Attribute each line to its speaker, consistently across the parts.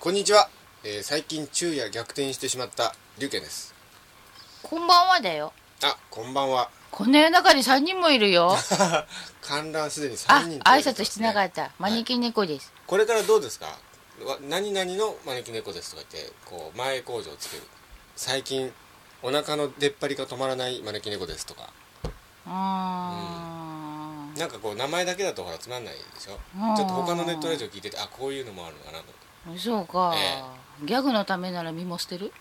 Speaker 1: こんにちは、えー最近昼夜逆転してしまった龍拳です
Speaker 2: こんばんはだよ。
Speaker 1: あこんばん は
Speaker 2: この世の中に3人もい るよ。
Speaker 1: 観覧すでに3
Speaker 2: あ
Speaker 1: 人、
Speaker 2: 挨拶してなかった。マネ
Speaker 1: キ
Speaker 2: キン猫です。
Speaker 1: これからどうですかわ何々の招き猫ですとか言ってこう前工場をつける最近お腹の出っ張りが止まらない招き猫ですとか
Speaker 2: うーん。
Speaker 1: なんかこう名前だけだとほらつまんないでしょ
Speaker 2: うん
Speaker 1: ちょっと他のネットラジオ聞いててあこういうのもあるのかなと思って
Speaker 2: そうか、
Speaker 1: え
Speaker 2: ギャグのためなら身も捨てる、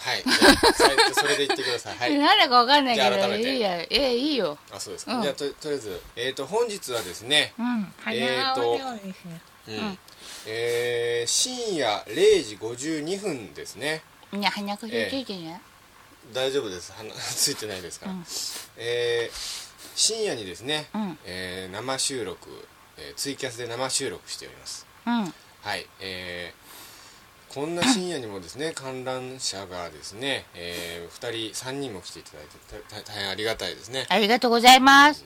Speaker 1: はいじゃあ最初それで言ってください はい
Speaker 2: なんだかわかんないけ
Speaker 1: じゃあ
Speaker 2: ど、
Speaker 1: 改めて
Speaker 2: いいや、ええいいよ。
Speaker 1: あそうですか、
Speaker 2: うん
Speaker 1: じゃあととりあえず、えー、と本日はですね、
Speaker 2: うん。
Speaker 1: えーと
Speaker 3: そうですね。
Speaker 1: うんえー深夜0時52分ですね
Speaker 2: いや、鼻くそついてね。
Speaker 1: 大丈夫です鼻ついてない ですから、
Speaker 2: うん
Speaker 1: えー深夜にですね、
Speaker 2: うん
Speaker 1: えー生収録、えーツイキャスで生収録しております
Speaker 2: うん。
Speaker 1: はいえーこんな深夜にもです ね観覧者がですね、え2人3人も来ていただいてた大変ありがたいですね
Speaker 2: ありがとうございます。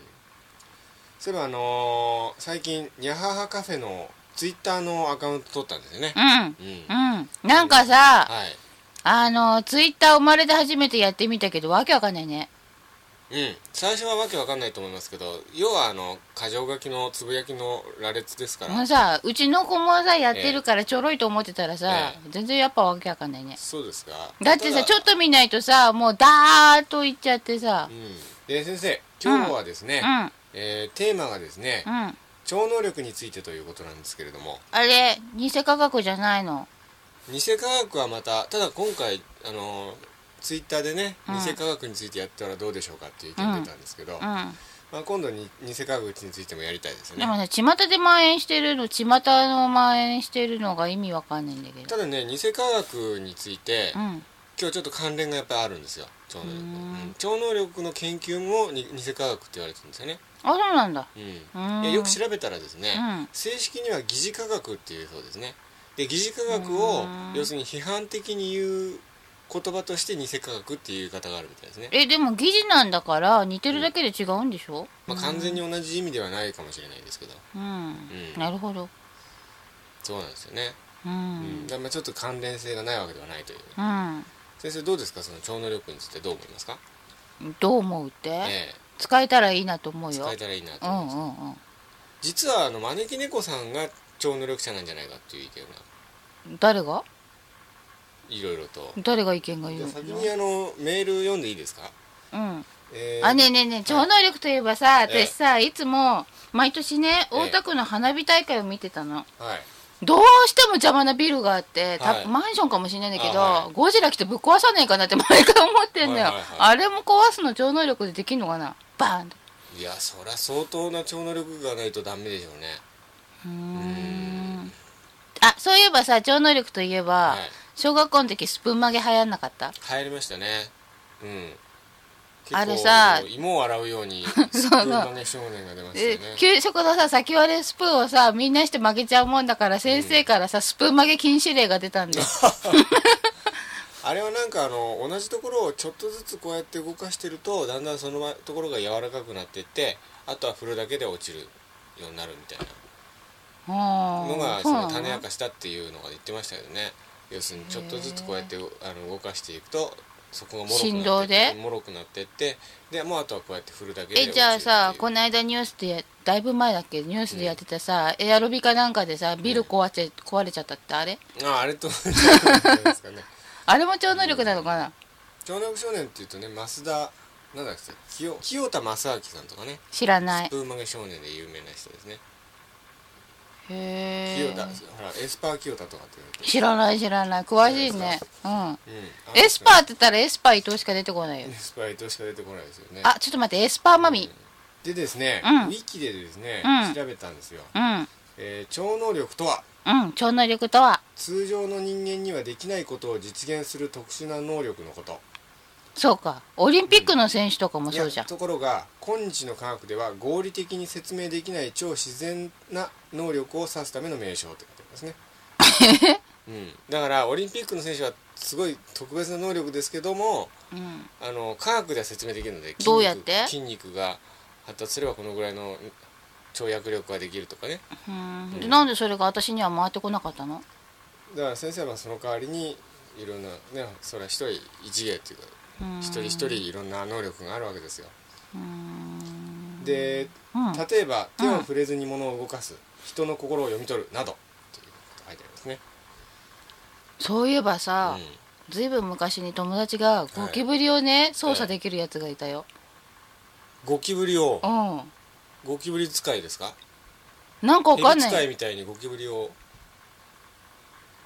Speaker 1: そういえばあのー最近ヤハハカフェのツイッターのアカウント取ったんですよね
Speaker 2: う、ん。
Speaker 1: うん
Speaker 2: うん。なんかさ、
Speaker 1: はい
Speaker 2: あの、ツイッター生まれて初めてやってみたけど、わけわかんないね。
Speaker 1: うん、最初はわけわかんないと思いますけど要はあの箇条書きのつぶやきの羅列ですから、
Speaker 2: もうさ、うちの子もさ、やってるからちょろいと思ってたらさ
Speaker 1: え、
Speaker 2: 全然やっぱわけわかんないね。
Speaker 1: そうですか
Speaker 2: だって
Speaker 1: た
Speaker 2: さ、ちょっと見ないとさ、もうダーッといっちゃってさ
Speaker 1: う、ん、で先生今日はですね、
Speaker 2: うん、
Speaker 1: えーテーマがですね、
Speaker 2: うん。
Speaker 1: 超能力についてということなんですけれども
Speaker 2: あれ、偽科学じゃないの。
Speaker 1: 偽科学はまたただ今回あのツイッターでね、
Speaker 2: うん
Speaker 1: 偽科学についてやったらどうでしょうかっていう意見出たんですけど、ま
Speaker 2: う
Speaker 1: あ、今度に偽科学についてもやりたいですよ
Speaker 2: ん。
Speaker 1: ね
Speaker 2: でもね、巷で蔓延してるの、巷の蔓延してるのが意味わかんないんだけど。
Speaker 1: ただね偽科学について、
Speaker 2: うん。
Speaker 1: 今日ちょっと関連がやっぱりあるんですよ超能力、う
Speaker 2: う
Speaker 1: んん超能力の研究もに偽科学って言われてるんですよね、
Speaker 2: あ、そうなんだ。
Speaker 1: うん
Speaker 2: うーん。
Speaker 1: いやよく調べたらですね、
Speaker 2: うん
Speaker 1: 正式には疑似科学っていうそうですねで疑似科学を
Speaker 2: うん
Speaker 1: 要するに批判的に言う言葉として偽科学っていう言い方があるみたいですね、
Speaker 2: え、でも疑似なんだから、似てるだけで違うんでしょ
Speaker 1: まあ、完全に同じ意味ではないかもしれないですけど
Speaker 2: うん
Speaker 1: うん。
Speaker 2: なるほど。
Speaker 1: そうなんですよね、
Speaker 2: う
Speaker 1: うん
Speaker 2: ん。
Speaker 1: だからまあちょっと関連性がないわけではないという
Speaker 2: うん。
Speaker 1: 先生どうですかその超能力についてどう思いますか
Speaker 2: どう思うって、
Speaker 1: ええ
Speaker 2: 使えたらいいなと思うよ
Speaker 1: 使え。たらいいなと
Speaker 2: う
Speaker 1: 思い
Speaker 2: ん
Speaker 1: ます、
Speaker 2: うんうん。
Speaker 1: 実はあの招き猫さんが超能力者なんじゃないかっていう意見が
Speaker 2: 誰が
Speaker 1: いろいろと
Speaker 2: 誰が意見が言う
Speaker 1: じゃ
Speaker 2: の
Speaker 1: あ先にあのメール読んでいいですか、
Speaker 2: うん
Speaker 1: えー
Speaker 2: あねえねえねえ超能力といえばさ、私さいつも毎年ね
Speaker 1: ええ
Speaker 2: 大田区の花火大会を見てたの
Speaker 1: はい
Speaker 2: どうしても邪魔なビルがあって、た
Speaker 1: はい
Speaker 2: マンションかもしれないんだけど、
Speaker 1: あは
Speaker 2: ゴジラ来てぶっ壊さねえかなって毎回思ってんだよ、
Speaker 1: はいはいはい
Speaker 2: あれも壊すの超能力でできんのかなバーンと
Speaker 1: いやそりゃ相当な超能力がないとダメでしょうね
Speaker 2: うー
Speaker 1: うー
Speaker 2: ん
Speaker 1: ん
Speaker 2: あそういえばさ超能力といえば、
Speaker 1: はい
Speaker 2: 小学校の時スプーン曲げ流行んなかった
Speaker 1: 流行りましたねうん結構
Speaker 2: あれさ
Speaker 1: もう芋を洗うように
Speaker 2: そう
Speaker 1: スプーン曲げ少年が出ましたよね
Speaker 2: え給食のさ先割れスプーンをさみんなして曲げちゃうもんだから先生からさ、スプーン曲げ禁止令が出たん だよ
Speaker 1: あれはなんかあの同じところをちょっとずつこうやって動かしてるとだんだんそのまところが柔らかくなっていってあとは振るだけで落ちるようになるみたいなの
Speaker 2: の
Speaker 1: がその種明かしだっていうのが言ってましたけどね要するにちょっとずつこうやってあの動かしていくとそこがもろく
Speaker 2: 振
Speaker 1: な
Speaker 2: 動
Speaker 1: ってって
Speaker 2: で
Speaker 1: もろくなってってでもうあとはこうやって振るだけで
Speaker 2: えじゃあさこ
Speaker 1: の
Speaker 2: の間ニュースでやだいぶ前だっけニュースでやってたさ、エアロビかなんかでさビル壊れ壊れちゃったってあれ
Speaker 1: ああれとそうなんですかね
Speaker 2: あれも超能力なのかな、
Speaker 1: 超能力少年っていうとね増田なんだっけ清清田正明さんとかね
Speaker 2: 知らない
Speaker 1: ブーマゲ少年で有名な人ですね
Speaker 2: へ
Speaker 1: 清
Speaker 2: え
Speaker 1: 田ほらエスパー清田とかって言われて
Speaker 2: 知らない知らない詳しいねうん
Speaker 1: る、うんあの人、
Speaker 2: エスパーって言ったらエスパー伊藤しか出てこないよ
Speaker 1: エスパーとしか出てこないですよね
Speaker 2: あちょっと待ってエスパーマミ
Speaker 1: でですね、
Speaker 2: うん
Speaker 1: ウィキでですね、
Speaker 2: うん
Speaker 1: 調べたんですよ、
Speaker 2: うん
Speaker 1: えー超能力とは
Speaker 2: うん超能力とは
Speaker 1: 通常の人間にはできないことを実現する特殊な能力のこと
Speaker 2: そうかオリンピックの選手とかもそうじゃ
Speaker 1: いや
Speaker 2: ん
Speaker 1: ところが今日の科学では合理的に説明できない超自然な能力を指すための名称ってことですね、 うん、だからオリンピックの選手はすごい特別な能力ですけども
Speaker 2: うん
Speaker 1: あの科学では説明できるので筋肉
Speaker 2: どうやって
Speaker 1: 筋肉が発達すればこのぐらいの跳躍力ができるとかね
Speaker 2: うんでなんでそれが私には回ってこなかったの
Speaker 1: だから先生はその代わりにいろんなねそれは一人一芸っていうか
Speaker 2: うん
Speaker 1: 一人一人いろんな能力があるわけですよ
Speaker 2: うん
Speaker 1: で
Speaker 2: うん
Speaker 1: 例えば手を触れずに物を動かす人の心を読み取るなどということが書いてありますね、
Speaker 2: そういえばさ、
Speaker 1: うん
Speaker 2: ずいぶん昔に友達がゴキブリをね、操作できるやつがいたよ、
Speaker 1: ゴキブリを
Speaker 2: う
Speaker 1: ゴキブリ使いですか
Speaker 2: んなんかわか
Speaker 1: ヘビ
Speaker 2: んな
Speaker 1: 使い
Speaker 2: い
Speaker 1: みたいにゴキブリを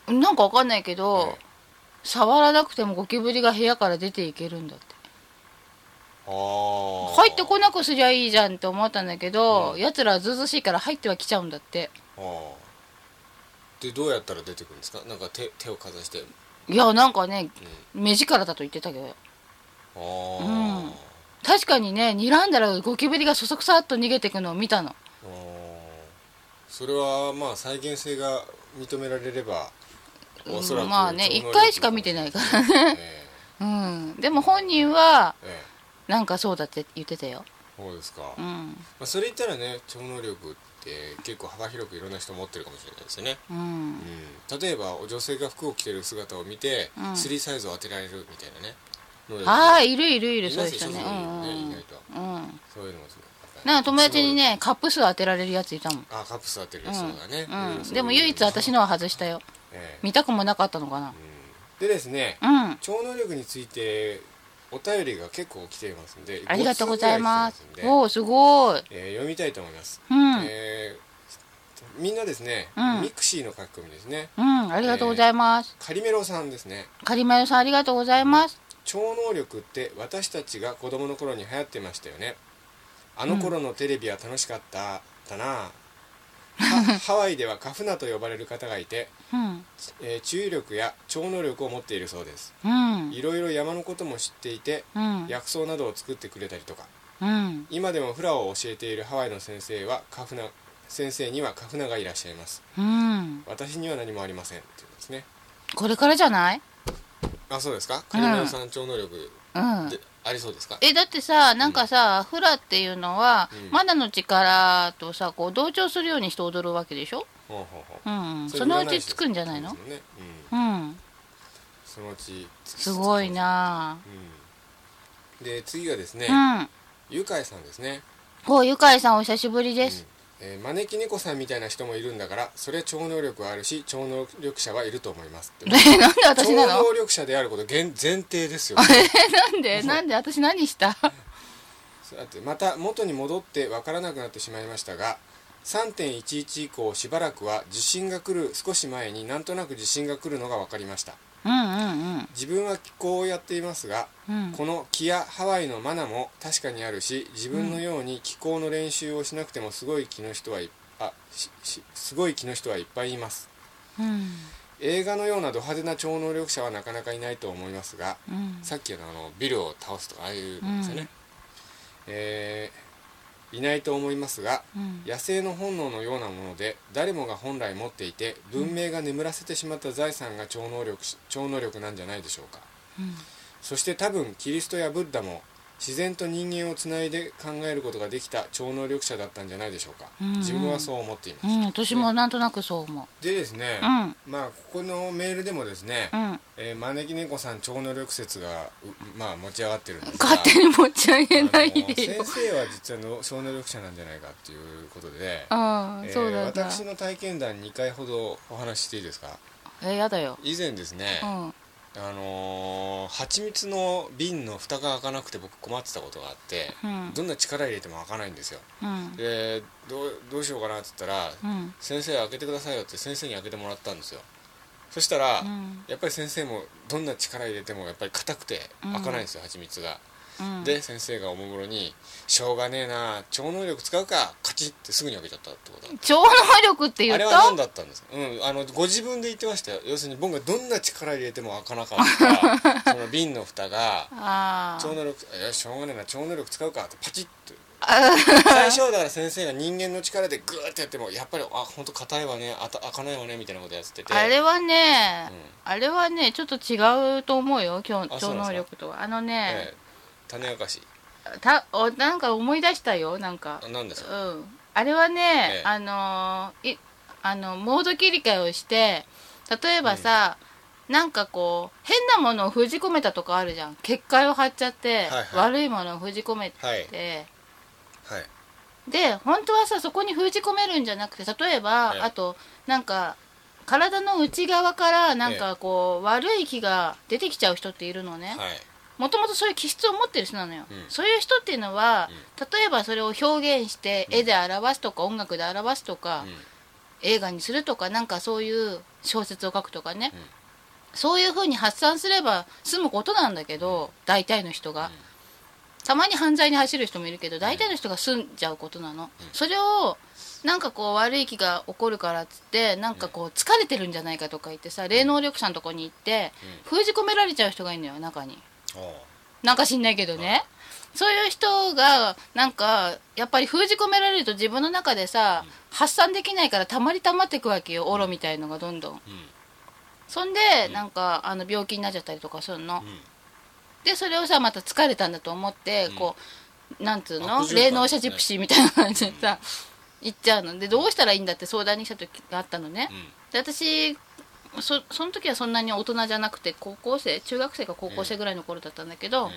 Speaker 2: なんかわかんないけど、
Speaker 1: うん
Speaker 2: 触らなくてもゴキブリが部屋から出ていけるんだって
Speaker 1: あ
Speaker 2: 入ってこ
Speaker 1: い
Speaker 2: なくすりゃいいじゃんって思ったんだけど、
Speaker 1: うん
Speaker 2: やつらはずうずうしいから入ってはきちゃうんだって
Speaker 1: でどうやったら出てくるんですかなんか手手をかざして
Speaker 2: いやなんかね目力だと言ってたけど
Speaker 1: ああ、
Speaker 2: うん確かにね睨んだらゴキブリがそそくさっと逃げてくのを見たの
Speaker 1: あーそれはまあ再現性が認められればおそらく
Speaker 2: まあね
Speaker 1: 超能力
Speaker 2: 一回しか見てないから
Speaker 1: ね
Speaker 2: うんでも本人は
Speaker 1: えええ
Speaker 2: なんかそうだって言ってたよ
Speaker 1: えそうですか、
Speaker 2: う
Speaker 1: ま
Speaker 2: ん
Speaker 1: あ、それ言ったらね超能力って結構幅広くいろんな人持ってるかもしれないですよね、
Speaker 2: う
Speaker 1: うんん、例えば女性が服を着てる姿を見て、
Speaker 2: うん
Speaker 1: スリーサイズを当てられるみたいなね能力
Speaker 2: ああいるいるいる
Speaker 1: い
Speaker 2: そう
Speaker 1: ま
Speaker 2: ですし
Speaker 1: でしたょ
Speaker 2: ね
Speaker 1: そういうのね意外と
Speaker 2: うんうんうん
Speaker 1: そういうのもすごい
Speaker 2: なんか友達にねカップ数当てられるやついたもん
Speaker 1: あカップス当てるやつそうだね、
Speaker 2: う
Speaker 1: そ
Speaker 2: ん
Speaker 1: ういう
Speaker 2: でも唯一私のは外したよ
Speaker 1: ええ
Speaker 2: 見たくもなかったのかな
Speaker 1: うんでですね、
Speaker 2: うん
Speaker 1: 超能力についてお便りが結構来ていますんで
Speaker 2: ありがとうございます
Speaker 1: 5通ぐらい来て
Speaker 2: お
Speaker 1: ま
Speaker 2: おすごい
Speaker 1: すんで、えー読みたいと思います、
Speaker 2: うん
Speaker 1: えーみんなですね、
Speaker 2: うん
Speaker 1: ミクシーの書き込みですね
Speaker 2: うんありがとうございます
Speaker 1: カリメロさんですね
Speaker 2: カリマヨさんありがとうございます
Speaker 1: 超能力って私たちが子供の頃に流行ってましたよねあの頃のテレビは楽しかっただ な、はハワイではカフナと呼ばれる方がいて、
Speaker 2: うん
Speaker 1: えー注意力や超能力を持っているそうです
Speaker 2: うん
Speaker 1: いろいろ山のことも知っていて
Speaker 2: うん
Speaker 1: 薬草などを作ってくれたりとか
Speaker 2: うん
Speaker 1: 今でもフラを教えているハワイの先生はカフナ先生にはカフナがいらっしゃいます
Speaker 2: うん
Speaker 1: 私には何もありませんっていうことですね
Speaker 2: これからじゃない
Speaker 1: あそうですかカリメロさん超能力
Speaker 2: うん
Speaker 1: でありそうですか、
Speaker 2: えだってさなんかさ、フラっていうのは、
Speaker 1: うん
Speaker 2: マナの力とさこう同調するようにして踊るわけでしょ、
Speaker 1: ほうほうほう
Speaker 2: うんうん、
Speaker 1: そ
Speaker 2: そ
Speaker 1: れ占
Speaker 2: のう
Speaker 1: い師で
Speaker 2: ち
Speaker 1: す
Speaker 2: つくんじゃないの
Speaker 1: そうですよねうん
Speaker 2: うん
Speaker 1: そのうち
Speaker 2: すごいな
Speaker 1: うんで次がですね、
Speaker 2: あうん
Speaker 1: ゆかいさんですね、
Speaker 2: こうゆかいさんお久しぶ
Speaker 1: う
Speaker 2: りで
Speaker 1: ん
Speaker 2: す、
Speaker 1: えー招き猫さんみたいな人もいるんだからそれ超能力はあるし超能力者はいると思いますって
Speaker 2: えなんで私な
Speaker 1: 超
Speaker 2: の
Speaker 1: 能力者であること前前提ですよね
Speaker 2: えなんでなんで私何 した
Speaker 1: さてまた元に戻ってわからなくなってしまいましたが3.11以降しばらくは地震が来る少し前になんとなく地震が来るのが分かりました
Speaker 2: うんうんうん
Speaker 1: 自分はこうやっていますが
Speaker 2: うん
Speaker 1: この気やハワイのマナも確かにあるし自分のように気候の練習をしなくてもすごい気の人はいあししすごい気の人はいっぱいいます
Speaker 2: うん
Speaker 1: 映画のようなド派手な超能力者はなかなかいないと思いますが
Speaker 2: うん
Speaker 1: さっきのあのビルを倒すとかああいうのですよね、
Speaker 2: うん
Speaker 1: えーいないと思いますが
Speaker 2: うん
Speaker 1: 野生の本能のようなもので誰もが本来持っていて文明が眠らせてしまった財産が超能力し超能力なんじゃないでしょうか
Speaker 2: うん
Speaker 1: そして多分キリストやブッダも自然と人間をつないで考えることができた超能力者だったんじゃないでしょうか、
Speaker 2: うんうん
Speaker 1: 自分はそう思っています、
Speaker 2: うん私もなんとなくそう思
Speaker 1: でですね
Speaker 2: う、うん
Speaker 1: まあここのメールでもですね、
Speaker 2: うん
Speaker 1: えー招き猫さん超能力説がうまあ持ち上がってるんですが
Speaker 2: 勝手に持ち上げない
Speaker 1: あの
Speaker 2: で
Speaker 1: 先
Speaker 2: よ
Speaker 1: 生は実はの超能力者なんじゃないかっていうことで、
Speaker 2: ああ
Speaker 1: えー
Speaker 2: そうなんだ
Speaker 1: 私の体験談2回ほどお話ししていいですか
Speaker 2: えやだよ
Speaker 1: 以前ですね、
Speaker 2: うん
Speaker 1: あのー蜂蜜の瓶の蓋が開かなくて僕困ってたことがあって、
Speaker 2: うん
Speaker 1: どんな力入れても開かないんですよ
Speaker 2: うん
Speaker 1: でどうどうしようかなって言ったら、
Speaker 2: うん
Speaker 1: 先生開けてくださいよって先生に開けてもらったんですよそしたら、
Speaker 2: うん
Speaker 1: やっぱり先生もどんな力入れてもやっぱり硬くて開かないんですよ、蜂蜜が
Speaker 2: うん
Speaker 1: で先生がおもむろに「しょうがねえな超能力使うかカチッ」ってすぐに開けちゃったってこと
Speaker 2: 超能力って言
Speaker 1: あ
Speaker 2: っ
Speaker 1: れは
Speaker 2: た
Speaker 1: 何だったんですか、うん、あのご自分で言ってましたよ要するに僕がどんな力入れても開かなかったその瓶の蓋が
Speaker 2: あ
Speaker 1: 超
Speaker 2: ー
Speaker 1: 能力いやしょうがねえな超能力使うかってパチッ と
Speaker 2: あ
Speaker 1: 最初はだから先生が人間の力でグーってやってもやっぱりあ本当硬いわねあた開かないわねみたいなことやってて
Speaker 2: あれはね、
Speaker 1: うん
Speaker 2: あれはねちょっと違うと思うよ超
Speaker 1: あそう
Speaker 2: 超
Speaker 1: なんですか
Speaker 2: 能力とはあの
Speaker 1: え
Speaker 2: ね
Speaker 1: え、種明かした
Speaker 2: おなんか思い出したよなんか
Speaker 1: あ何ですか
Speaker 2: うんあれはね、
Speaker 1: ええ
Speaker 2: あのーいあのモード切り替えをして例えばさ、なんかこう変なものを封じ込めたとかあるじゃん結界を張っちゃっ
Speaker 1: はい
Speaker 2: て、
Speaker 1: はい
Speaker 2: 悪いものを封じ込めて、
Speaker 1: はいはい
Speaker 2: で本当はさそこに封じ込めるんじゃなくて例えば、
Speaker 1: ええ
Speaker 2: あとなんか体の内側からなんかこう、悪い気が出てきちゃう人っているのね
Speaker 1: はい
Speaker 2: もともとそういう気質を持ってる人なのよ、
Speaker 1: うん
Speaker 2: そういう人っていうのは、
Speaker 1: う
Speaker 2: 例えばそれを表現して絵で表すとか、音楽で表すとか、
Speaker 1: うん
Speaker 2: 映画にするとかなんかそういう小説を書くとかね、
Speaker 1: うん
Speaker 2: そういうふうに発散すれば済むことなんだけど、大体の人が、
Speaker 1: ん
Speaker 2: たまに犯罪に走る人もいるけど大体の人が済んじゃうことなの、それをなんかこう悪い気が起こるからっつってなんかこう疲れてるんじゃないかとか言ってさ霊能力者のとこに行って封じ込められちゃう人がいるのよ中に。
Speaker 1: お
Speaker 2: なんか知んないけどね、そういう人がなんかやっぱり封じ込められると自分の中でさ、発散できないからたまりたまってくわけよオロみたいのがどんど
Speaker 1: う
Speaker 2: ん
Speaker 1: うん
Speaker 2: そんで、なんかあの病気になっちゃったりとかするの、
Speaker 1: うん
Speaker 2: でそれをさまた疲れたんだと思って、
Speaker 1: うん
Speaker 2: こうなんつう
Speaker 1: 悪循環
Speaker 2: の
Speaker 1: ですね
Speaker 2: 霊能者ジプシーみたいな感じでさ、行っちゃうのでどうしたらいいんだって相談に来た時があったのね、
Speaker 1: うん
Speaker 2: で私そその時はそんなに大人じゃなくて高校生中学生か高校生ぐらいの頃だったんだけど、
Speaker 1: うん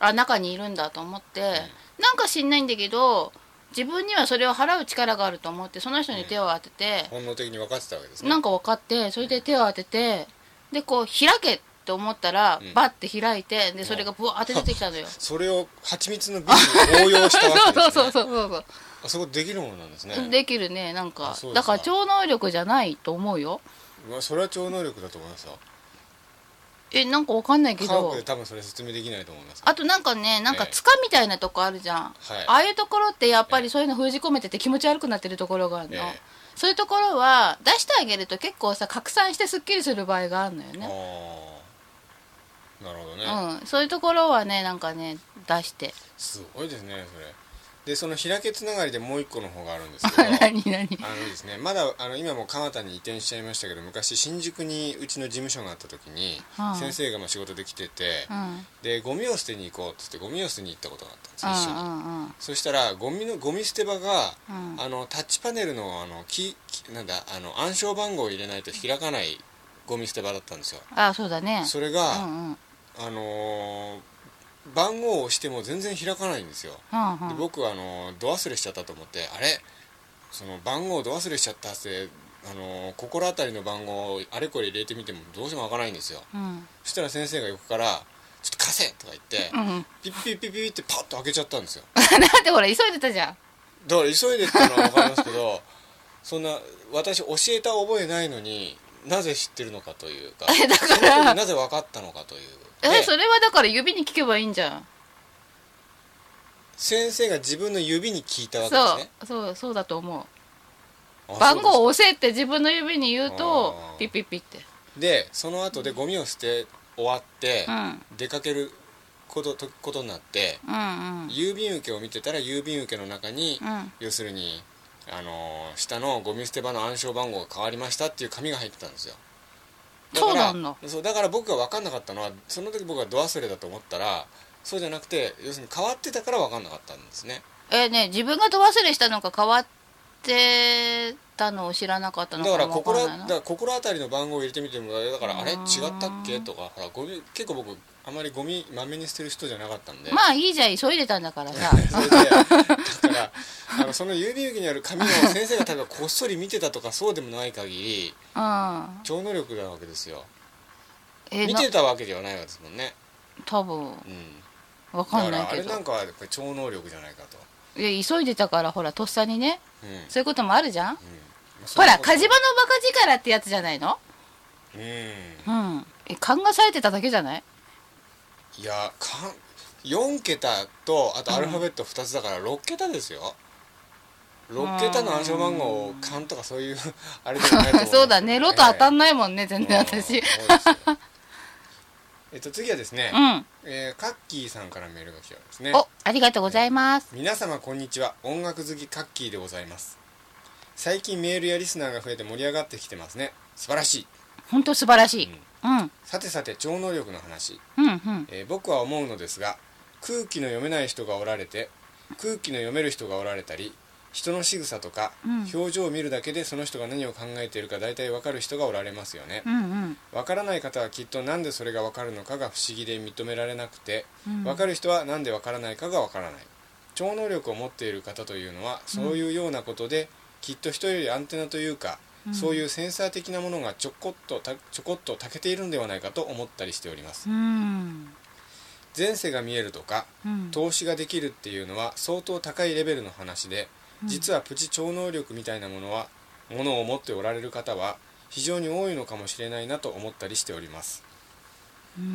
Speaker 2: あ中にいるんだと思って、なんか知んないんだけど自分にはそれを払う力があると思ってその人に手を当てて、
Speaker 1: 本能的に分かってたわけですね
Speaker 2: なんか分かってそれで手を当ててでこう開けって思ったら、
Speaker 1: うん
Speaker 2: バッて開いてでそれがブワーって出てきた のよ。
Speaker 1: それを蜂蜜の瓶に応用したわけです、
Speaker 2: そ
Speaker 1: ね、
Speaker 2: うそうそうそう
Speaker 1: あそこできるものなんですね
Speaker 2: そうできるねなん
Speaker 1: あ
Speaker 2: か
Speaker 1: そうで
Speaker 2: だ
Speaker 1: すか
Speaker 2: から超能力じゃないと思うよ
Speaker 1: うわそれは超能力だと思いますよ
Speaker 2: えなんかわかんないけ
Speaker 1: 科学
Speaker 2: ど
Speaker 1: で多分それ説明できないと思います
Speaker 2: あとなんかねなんか
Speaker 1: ええ
Speaker 2: つかみたいなとこあるじゃん、
Speaker 1: はい
Speaker 2: ああいうところってやっぱりそういうの封じ込めてて気持ち悪くなってるところがあるの、
Speaker 1: ええ
Speaker 2: そういうところは出してあげると結構さ拡散してすっきりする場合があるのよね
Speaker 1: あーなるほどね、
Speaker 2: うんそういうところはねなんかね出して
Speaker 1: すごいですねそれでその開けつながりでもう一個の方があるんですけど
Speaker 2: 何何
Speaker 1: あのですねまだあの今もう蒲田に移転しちゃいましたけど昔新宿にうちの事務所があった時に、
Speaker 2: はい
Speaker 1: 先生がまあ仕事で来てて、
Speaker 2: うん
Speaker 1: でゴミを捨てに行こうっつってゴミを捨てに行ったことがあったんです
Speaker 2: う
Speaker 1: よ一緒に、
Speaker 2: んうん
Speaker 1: そしたらゴミのゴミ捨て場が、
Speaker 2: うん
Speaker 1: あのタッチパネルのあのききなんだあの暗証番号を入れないと開かないゴミ捨て場だったんですよ
Speaker 2: ああそうだね
Speaker 1: それ
Speaker 2: う
Speaker 1: が、
Speaker 2: んうんうん
Speaker 1: あのー番号を押しても全然開かないんですよ
Speaker 2: う
Speaker 1: で
Speaker 2: ん
Speaker 1: 僕はあのード忘れしちゃったと思ってあれその番号をド忘れしちゃったってあのー心当たりの番号をあれこれ入れてみてもどうしても開かないんですよ
Speaker 2: うん
Speaker 1: そしたら先生が横から「ちょっと貸せ!」とか言って、
Speaker 2: うん
Speaker 1: ピッピッピッピッってパッと開けちゃったんですよ
Speaker 2: だってほら急いでたじゃん
Speaker 1: だから急いでったのは分かりますけど そんな私教えた覚えないのになぜ知ってるのかというか
Speaker 2: えだから
Speaker 1: その時になぜ分かったのかという
Speaker 2: え
Speaker 1: で
Speaker 2: それはだから指に聞けばいいんじゃん
Speaker 1: 先生が自分の指に聞いたわけです
Speaker 2: そ
Speaker 1: ね
Speaker 2: うそうそうだと思う
Speaker 1: あ
Speaker 2: 番号を
Speaker 1: そう
Speaker 2: 押せって自分の指に言うと
Speaker 1: あー
Speaker 2: ピッピッピッって
Speaker 1: ですでその後でゴミを捨て終わって
Speaker 2: うんうん
Speaker 1: 出かけることとことになって
Speaker 2: うん
Speaker 1: 郵便受けを見てたら郵便受けの中に
Speaker 2: うん
Speaker 1: 要するにあのー下のゴミ捨て場の暗証番号が変わりましたっていう紙が入ってたんですよだから
Speaker 2: そうなんだ
Speaker 1: そうだから僕が分かんなかったのはその時僕がド忘れだと思ったらそうじゃなくて要するに変わってたから分かんなかったんですね
Speaker 2: えーね自分がど忘れしたのか変わってたのを知らなかっ
Speaker 1: だ
Speaker 2: たの
Speaker 1: か
Speaker 2: からもわ
Speaker 1: 心
Speaker 2: かん
Speaker 1: だ
Speaker 2: な
Speaker 1: か
Speaker 2: いな
Speaker 1: ら心当たりの番号を入れてみてもだからあれ違
Speaker 2: うーん
Speaker 1: ったっけとかほらゴミ結構僕あまりゴミまめに捨てる人じゃなかったんで、
Speaker 2: まあいいじゃん急いでたんだからさ
Speaker 1: それでだからあのその郵便受けにある紙を先生が例えばこっそり見てたとかそうでもない限り
Speaker 2: うん
Speaker 1: 超能力なわけですよ
Speaker 2: えー
Speaker 1: 見
Speaker 2: な
Speaker 1: てたわけではないわけですもんね、
Speaker 2: 多分
Speaker 1: うん、
Speaker 2: わ
Speaker 1: だ
Speaker 2: か
Speaker 1: か
Speaker 2: んない
Speaker 1: らあ
Speaker 2: け
Speaker 1: れ
Speaker 2: ど
Speaker 1: なんかはやっぱり超能力じゃないかと、
Speaker 2: いや急いでたからほらとっさにね
Speaker 1: うんうん
Speaker 2: そういうこともあるじゃんほ
Speaker 1: そういう
Speaker 2: ら
Speaker 1: こと
Speaker 2: 火事場のバカ力ってやつじゃないの
Speaker 1: うん
Speaker 2: うんえ勘がされてただけじゃない
Speaker 1: いやかん4桁とあとアルファベット2つだから6桁ですよ、6桁の暗証番号を勘とかそういう あれじゃないと思います
Speaker 2: そうだねロト当た
Speaker 1: ん
Speaker 2: んないもんね全然私
Speaker 1: えっと次はですね、
Speaker 2: うん
Speaker 1: えーカッキーさんからメールが来ておりますね
Speaker 2: おありがとうございます
Speaker 1: 皆様こんにちは音楽好きカッキーでございます最近メールやリスナーが増えて盛り上がってきてますね素晴らしい
Speaker 2: 本当素晴らしいうん
Speaker 1: さてさて超能力の話、
Speaker 2: うんうん
Speaker 1: えー僕は思うのですが空気の読めない人がおられて空気の読める人がおられたり人の仕草とか、
Speaker 2: うん
Speaker 1: 表情を見るだけでその人が何を考えているか大体わかる人がおられますよね
Speaker 2: う、んうん
Speaker 1: わからない方はきっとなんでそれがわかるのかが不思議で認められなくて
Speaker 2: うん
Speaker 1: わかる人はなんでわからないかがわからない超能力を持っている方というのはそういうようなことで、きっと人よりアンテナというか、
Speaker 2: うん
Speaker 1: そういうセンサー的なものがちょこっとたちょこっと欠けているんではないかと思ったりしております
Speaker 2: うん
Speaker 1: 前世が見えるとか
Speaker 2: うん
Speaker 1: 投資ができるっていうのは相当高いレベルの話で実はプチ超能力みたいなものはものを持っておられる方は非常に多いのかもしれないなと思ったりしております
Speaker 2: うんうんう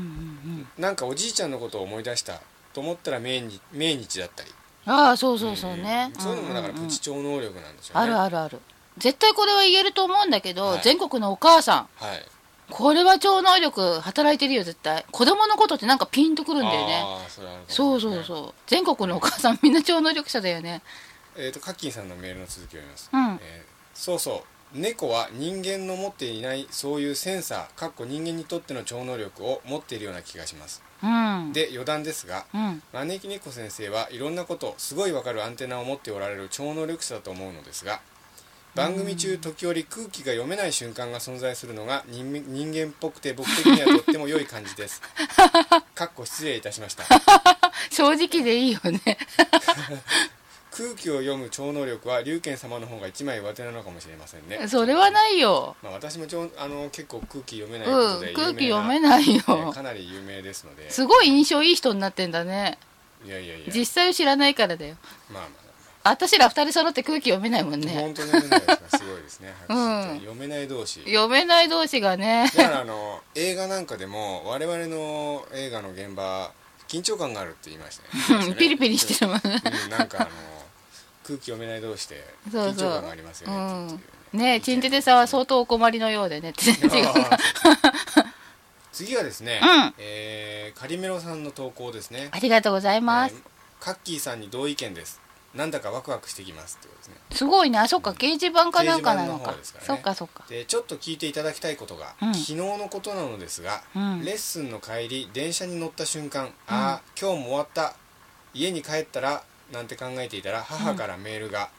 Speaker 2: ん
Speaker 1: なんかおじいちゃんのことを思い出したと思ったら命日命日だったり
Speaker 2: ああそうそうそうね、
Speaker 1: んそういうのもだから
Speaker 2: ん
Speaker 1: プ
Speaker 2: んん
Speaker 1: チ超能力なんでしょうね
Speaker 2: あるあるある絶対これは言えると思うんだけど、
Speaker 1: はい
Speaker 2: 全国のお母さん
Speaker 1: はい
Speaker 2: これは超能力働いてるよ絶対子供のことってなんかピンとくるんだよね
Speaker 1: あーそれはあるかもしれな
Speaker 2: そ
Speaker 1: いう
Speaker 2: そうそう全国のお母さんみんな超能力者だよね
Speaker 1: えっ、とカッキンさんのメールの続きを読みます、
Speaker 2: うん
Speaker 1: えーそうそう猫は人間の持っていないそういうセンサーかっこ人間にとっての超能力を持っているような気がします
Speaker 2: うん
Speaker 1: で余談ですが
Speaker 2: うん
Speaker 1: 招き猫先生はいろんなことすごいわかるアンテナを持っておられる超能力者だと思うのですが番組中時折空気が読めない瞬間が存在するのが人人間っぽくて僕的にはとっても良い感じです かっこ失礼いたしました
Speaker 2: 正直でいいよね
Speaker 1: 空気を読む超能力は龍拳様の方が一枚上手なのかもしれませんね
Speaker 2: それはないよ、
Speaker 1: まあ、私もちょあの結構空気読めな
Speaker 2: う
Speaker 1: いことで
Speaker 2: ん、
Speaker 1: 有名な
Speaker 2: 空気読めないよ、
Speaker 1: えーかなり有名ですのです
Speaker 2: ごい印象いい人になってんだね
Speaker 1: いやいやいや
Speaker 2: 実際を知らないからだよ
Speaker 1: まあまあ
Speaker 2: 私ら二人揃って空気読めないもんね
Speaker 1: 本当に読めないですがすごいですね、
Speaker 2: うん
Speaker 1: 拍手読めない同士
Speaker 2: 読めない同士がね
Speaker 1: だからあの映画なんかでも我々の映画の現場緊張感があるって言いましたよね
Speaker 2: うん ピリピリしてるもんね
Speaker 1: うんなんかあの空気読めない同士で
Speaker 2: そう
Speaker 1: 緊張
Speaker 2: そう
Speaker 1: 感がありますよ ねって言ってるよ
Speaker 2: うん、ねえチンテテさんは相当お困りのよう でねって 違う
Speaker 1: あー次はですね、
Speaker 2: うん
Speaker 1: えーカリメロさんの投稿ですね
Speaker 2: ありがとうございます、
Speaker 1: えーカッキーさんに同意見ですなんだかワクワクしてきますってことですね
Speaker 2: すごいねあそっか掲示板かなんかな
Speaker 1: 掲示板の
Speaker 2: のか
Speaker 1: 方ですからね
Speaker 2: そっかそっか
Speaker 1: でちょっと聞いていただきたいことが、
Speaker 2: うん
Speaker 1: 昨日のことなのですが、
Speaker 2: うん
Speaker 1: レッスンの帰り電車に乗った瞬間、ああ今日も終わった家に帰ったらなんて考えていたら母からメールが、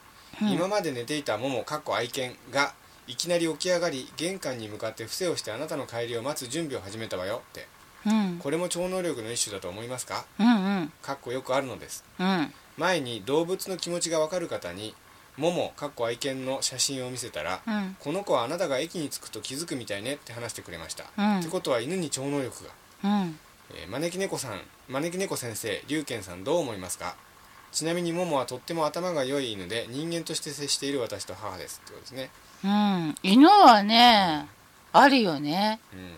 Speaker 2: うん
Speaker 1: 今まで寝ていたももかっこ愛犬がいきなり起き上がり玄関に向かって伏せをしてあなたの帰りを待つ準備を始めたわよって
Speaker 2: うん
Speaker 1: これも超能力の一種だと思いますか
Speaker 2: うんうん
Speaker 1: かっこよくあるのです
Speaker 2: うん
Speaker 1: 前に動物の気持ちがわかる方にももかっこ愛犬の写真を見せたら、
Speaker 2: うん
Speaker 1: この子はあなたが駅に着くと気づくみたいねって話してくれました、
Speaker 2: うん
Speaker 1: ってことは犬に超能力が、
Speaker 2: うん
Speaker 1: えー招き猫さん招き猫先生龍賢さんどう思いますかちなみにももはとっても頭が良い犬で人間として接している私と母ですってことですね、
Speaker 2: うん犬はねあるよね
Speaker 1: うん、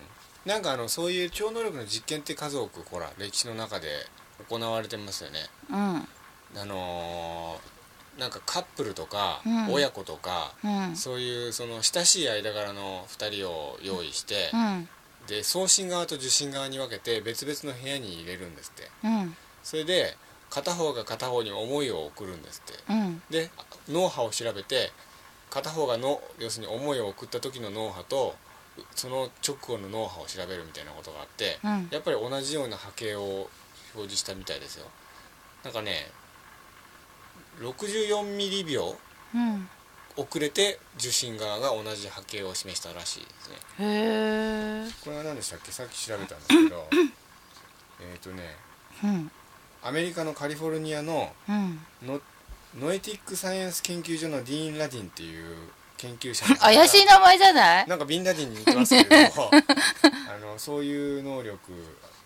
Speaker 1: なんかあのそういう超能力の実験って数多くほら歴史の中で行われてますよね
Speaker 2: うん
Speaker 1: あのーなんかカップルとか
Speaker 2: うん
Speaker 1: 親子とか、
Speaker 2: うん
Speaker 1: そういうその親しい間柄の2人を用意して、
Speaker 2: うん
Speaker 1: で送信側と受信側に分けて別々の部屋に入れるんですって
Speaker 2: うん
Speaker 1: それで片方が片方に思いを送るんですって
Speaker 2: うん
Speaker 1: で脳波を調べて片方がの要するに思いを送った時の脳波とその直後の脳波を調べるみたいなことがあって、
Speaker 2: うん
Speaker 1: やっぱり同じような波形を表示したみたいですよなんかね64ミリ秒
Speaker 2: うん
Speaker 1: 遅れて受信側が同じ波形を示したらしいですね
Speaker 2: へえ
Speaker 1: これは何でしたっけさっき調べたんですけ どえっとね
Speaker 2: うん
Speaker 1: アメリカのカリフォルニアの
Speaker 2: うん
Speaker 1: ノノエティックサイエンス研究所のディーン・ラディンっていう研究者の方が
Speaker 2: 怪しい名前じゃない
Speaker 1: なんかビンラディンに似てますけど あのそういう能力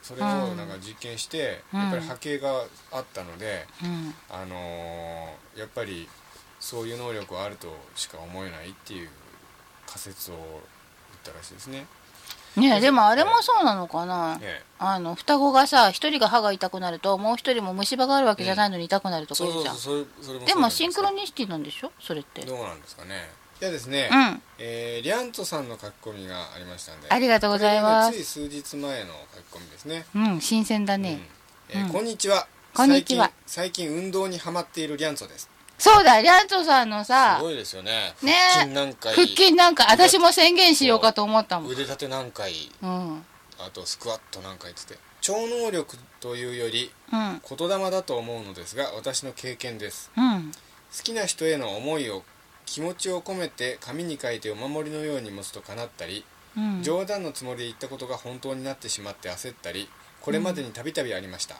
Speaker 1: それをなんか実験して、
Speaker 2: うん
Speaker 1: やっぱり波形があったので、
Speaker 2: うん
Speaker 1: あのーやっぱりそういう能力はあるとしか思えないっていう仮説を言ったらしいですね。
Speaker 2: ねえでもあれもそうなのかな
Speaker 1: ね
Speaker 2: あの双子がさ一人が歯が痛くなるともう一人も虫歯があるわけじゃないのに痛くなるとか
Speaker 1: そう
Speaker 2: 言
Speaker 1: そうう
Speaker 2: じゃ
Speaker 1: そうんそれそれも
Speaker 2: で
Speaker 1: そうな
Speaker 2: も
Speaker 1: んす
Speaker 2: シ
Speaker 1: よ
Speaker 2: ンクロニシティなんでしょそれって
Speaker 1: どうなんですかねじゃあですね、
Speaker 2: うん
Speaker 1: えーリャントさんの書き込みがありましたんで
Speaker 2: ありがとうございま
Speaker 1: これ
Speaker 2: す
Speaker 1: ねつい数日前の書き込みですね
Speaker 2: うん新鮮だね、
Speaker 1: うんえー
Speaker 2: うん
Speaker 1: こんにちは
Speaker 2: こんにちは
Speaker 1: 最近最近運動にハマっているリャンソです
Speaker 2: そうだリャンチョさんの
Speaker 1: す
Speaker 2: さ
Speaker 1: ごいですよね
Speaker 2: ね
Speaker 1: 腹筋何回
Speaker 2: 腹筋なんか私も宣言しようかと思ったもん
Speaker 1: 腕立て何回
Speaker 2: うんうん
Speaker 1: あとスクワット何回つって超能力というより言霊だと思うのですが私の経験です
Speaker 2: うん
Speaker 1: 好きな人への思いを気持ちを込めて紙に書いてお守りのように持つと叶ったり、
Speaker 2: うん
Speaker 1: 冗談のつもりで言ったことが本当になってしまって焦ったりこれまでにたびたびありました、
Speaker 2: うん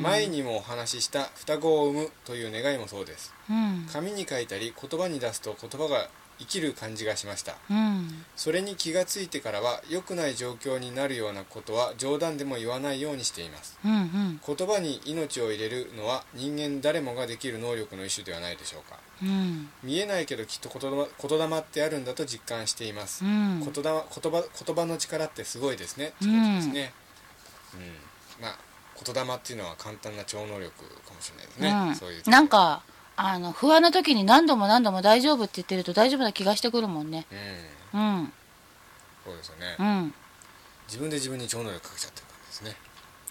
Speaker 1: 前にもお話しした双子を産むという願いもそうです
Speaker 2: うん
Speaker 1: 紙に書いたり言葉に出すと言葉が生きる感じがしました
Speaker 2: うん
Speaker 1: それに気がついてからは良くない状況になるようなことは冗談でも言わないようにしています
Speaker 2: うんうん
Speaker 1: 言葉に命を入れるのは人間誰もができる能力の一種ではないでしょうか
Speaker 2: うん
Speaker 1: 見えないけどきっと言霊言霊ってあるんだと実感しています、
Speaker 2: うん
Speaker 1: 言霊言葉言葉の力ってすごいですねってことですね、うんまあ言霊っていうのは簡単な超能力かもしれないですね、
Speaker 2: うん
Speaker 1: そういう
Speaker 2: なん、かあの不安な時に何度も何度も大丈夫って言ってると大丈夫な気がしてくるもんね
Speaker 1: うん、
Speaker 2: うん
Speaker 1: そうですよね、
Speaker 2: うん
Speaker 1: 自分で自分に超能力かけちゃってる感じですね、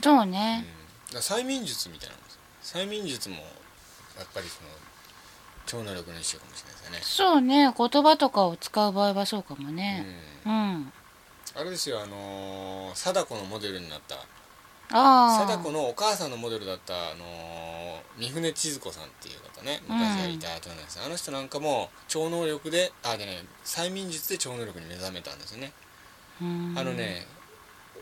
Speaker 2: そう
Speaker 1: うん
Speaker 2: ね、
Speaker 1: だから催眠術みたいなもんです催眠術もやっぱりその超能力の一種かもしれないです
Speaker 2: そうね言葉とかを使う場合はそうかも
Speaker 1: よね
Speaker 2: ね、
Speaker 1: う
Speaker 2: うんん、
Speaker 1: あれですよあのー貞子のモデルになった
Speaker 2: ああ
Speaker 1: 貞子のお母さんのモデルだった、あのー三船千鶴子さんっていう方ね
Speaker 2: うん
Speaker 1: 昔やりたいとなんです、あの人なんかも超能力であでね催眠術で超能力に目覚めたんですよね、
Speaker 2: うん
Speaker 1: あのね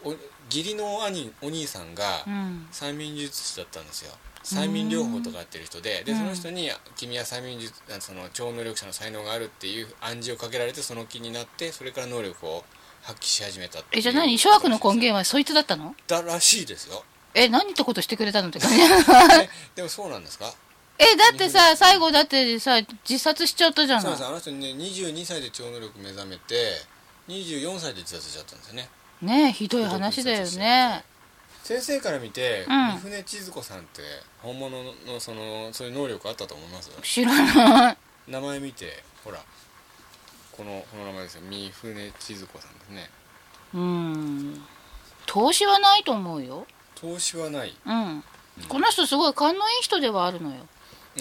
Speaker 1: お義理の兄お兄さんが
Speaker 2: うん
Speaker 1: 催眠術師だったんですよ催眠療法とかやってる人でで
Speaker 2: うん
Speaker 1: その人に「君は催眠術あその超能力者の才能がある」っていう暗示をかけられてその気になってそれから能力を発揮し始めたっていう
Speaker 2: えじゃあ何諸悪の根源はそいつだったの
Speaker 1: だらしいです よ
Speaker 2: え何ってことしてくれたのって感 じ
Speaker 1: えでもそうなんですか
Speaker 2: えだってさ最後だってさ自殺しちゃったじゃ
Speaker 1: そう
Speaker 2: な
Speaker 1: なんですあの人ね22歳で超能力目覚めて24歳で自殺しちゃったんですよね
Speaker 2: いねえひどい話だよね
Speaker 1: 先生から見て、
Speaker 2: うん
Speaker 1: 三船千鶴子さんって本物のそのそういう能力あったと思います
Speaker 2: 知らない
Speaker 1: 名前見てほらこのこの名前ですよ三船千鶴子さんですね
Speaker 2: うん投資はないと思うよ
Speaker 1: 投資はない
Speaker 2: うんこの人すごい勘のいい人ではあるのよ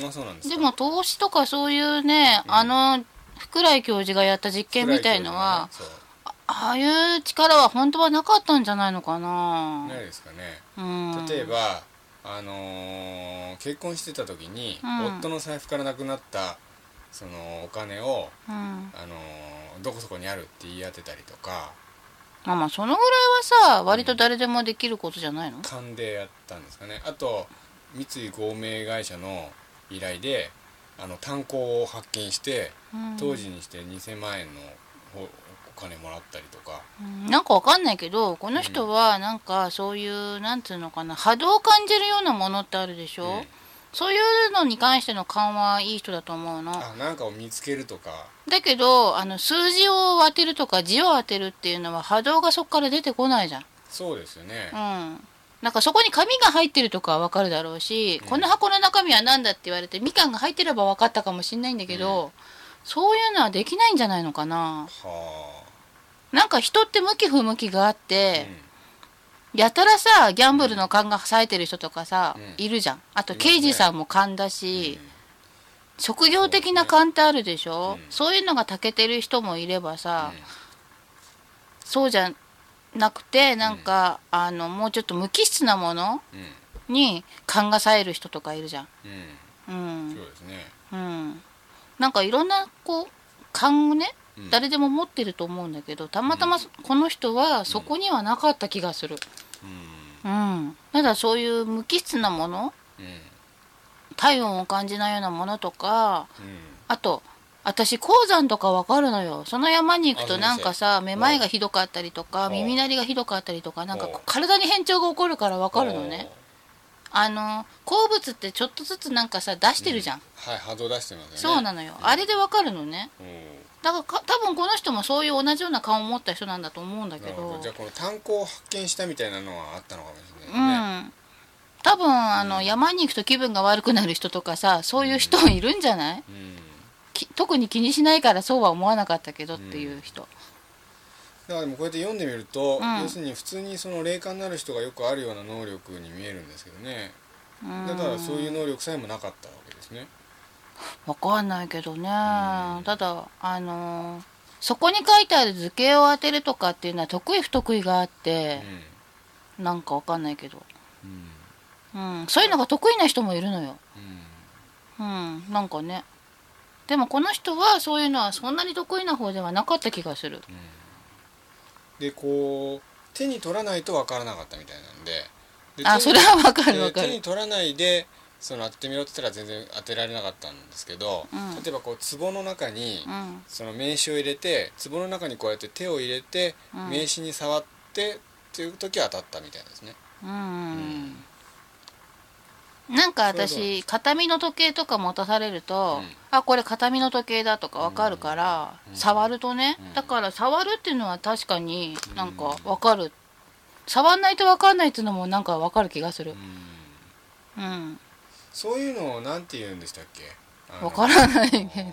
Speaker 1: あそうなんですか
Speaker 2: でも投資とかそういうね、
Speaker 1: うん
Speaker 2: あの福来教授がやった実験みたいのは、
Speaker 1: そう
Speaker 2: ああいう力は本当はなかったんじゃないのかな、
Speaker 1: ないですかね
Speaker 2: うん、
Speaker 1: 例えばあのー結婚してた時に、
Speaker 2: うん
Speaker 1: 夫の財布からなくなったそのお金を
Speaker 2: うん、ま
Speaker 1: あのーどこそこにあるって言い当てたりとか
Speaker 2: あまあそのぐらいはさ割と誰でもできることじゃないの、
Speaker 1: 勘でやったんですかねあと三井合名会社の依頼であの炭鉱を発見して
Speaker 2: うん
Speaker 1: 当時にして2000万円のおお金もらったりとか
Speaker 2: うんなんかわかんないけどこの人はなんかそういうなんつうのかな波動を感じるようなものってあるでしょ、
Speaker 1: うん
Speaker 2: そういうのに関しての勘はいい人だと思うの
Speaker 1: あなんかを見つけるとか
Speaker 2: だけどあの数字を当てるとか字を当てるっていうのは波動がそこから出てこないじゃん。
Speaker 1: そうですよね、
Speaker 2: うんなんかそこに紙が入ってるとかはわかるだろうし、
Speaker 1: うん
Speaker 2: この箱の中身は何だって言われてみかんが入ってれば分かったかもしんないんだけど、そういうのはできないんじゃないのかな
Speaker 1: は
Speaker 2: なんか人って向き不向きがあっ
Speaker 1: あ、
Speaker 2: て、やたらさギャンブルの勘が冴えてる人とかさ、
Speaker 1: うん
Speaker 2: いるじゃんあと
Speaker 1: いますね
Speaker 2: 刑事さんも勘
Speaker 1: う
Speaker 2: だ
Speaker 1: ん
Speaker 2: し、職業的な勘ってあるでしょ
Speaker 1: うん
Speaker 2: そういうのが長けてる人もいればさ、
Speaker 1: うん
Speaker 2: そうじゃなくてなんか、あのもうちょっと無機質なもの
Speaker 1: う
Speaker 2: に勘が冴える人とかいるじゃん。
Speaker 1: ん
Speaker 2: う
Speaker 1: うん、そ
Speaker 2: ん
Speaker 1: うですね、
Speaker 2: うん、なんかいろんなこう勘をね
Speaker 1: うん
Speaker 2: 誰でも持ってると思うんだけどたまたまこの人はそこにはなかった気がする。
Speaker 1: うん
Speaker 2: うん、ただそういう無機質なもの
Speaker 1: うん
Speaker 2: 体温を感じないようなものとか
Speaker 1: うん
Speaker 2: あと私鉱山とかわかるのよその山に行く
Speaker 1: あ
Speaker 2: と
Speaker 1: 先生
Speaker 2: なんかさめまいがひどかったりと
Speaker 1: は
Speaker 2: か
Speaker 1: い
Speaker 2: 耳鳴りがひどかったりとかなんかこう
Speaker 1: はい
Speaker 2: 体に変調が起こるからわかるのねあの鉱物ってちょっとずつなんかさ出してるじゃん、
Speaker 1: はい波動出してますよね
Speaker 2: そうなのよあれでわかるのね
Speaker 1: うん
Speaker 2: だからか多分この人もそういう同じような顔を持った人なんだと思うんだ
Speaker 1: な
Speaker 2: け
Speaker 1: る
Speaker 2: ど
Speaker 1: ほどじゃあこの炭鉱を発見したみたいなのはあったのかもしれ
Speaker 2: う
Speaker 1: ないね、
Speaker 2: ん多分あの、山に行くと気分が悪くなる人とかさそういう人いるんじゃない、
Speaker 1: うん、
Speaker 2: き特に気にしないからそうは思わなかったけどっていう人、
Speaker 1: だからでもこうやって読んでみると、
Speaker 2: うん
Speaker 1: 要するに普通にその霊感のある人がよくあるような能力に見えるんですけどね
Speaker 2: うん、
Speaker 1: だからそういう能力さえもなかったわけですね
Speaker 2: わかんないけどね、
Speaker 1: ん
Speaker 2: ただあのーそこに書いてある図形を当てるとかっていうのは得意不得意があっ
Speaker 1: う
Speaker 2: て
Speaker 1: ん、、
Speaker 2: なんかわかんないけど、
Speaker 1: うん
Speaker 2: うん、そういうのが得意な人もいるのよ、
Speaker 1: うん
Speaker 2: ううんなんかねでもこの人はそういうのはそんなに得意な方ではなかった気がする
Speaker 1: でこう手に取らないと分からなかったみたいなんでで
Speaker 2: あ
Speaker 1: 手
Speaker 2: そ
Speaker 1: に
Speaker 2: れはわかる
Speaker 1: で
Speaker 2: わか
Speaker 1: 手
Speaker 2: る
Speaker 1: に取らないでその当ててみろって言ったら全然当てられなかったんですけど、
Speaker 2: うん
Speaker 1: 例えばこう壺の中に
Speaker 2: うん
Speaker 1: その名刺を入れて壺の中にこうやって手を入れて、
Speaker 2: うん
Speaker 1: 名刺に触ってっていう時は当たったみたいですね。
Speaker 2: うんなんか
Speaker 1: そういう
Speaker 2: 私形見の時計とか持たされると、
Speaker 1: うん
Speaker 2: あこれ形見の時計だとかわかるから、
Speaker 1: うん
Speaker 2: 触るとね、
Speaker 1: うん
Speaker 2: だから触るっていうのは確かになんかわかる、触んないとわかんないっていうのもなんかわかる気がするうん
Speaker 1: そういうのをなんて言うんでしたっけあの
Speaker 2: わからないけ
Speaker 1: あ
Speaker 2: ど
Speaker 1: の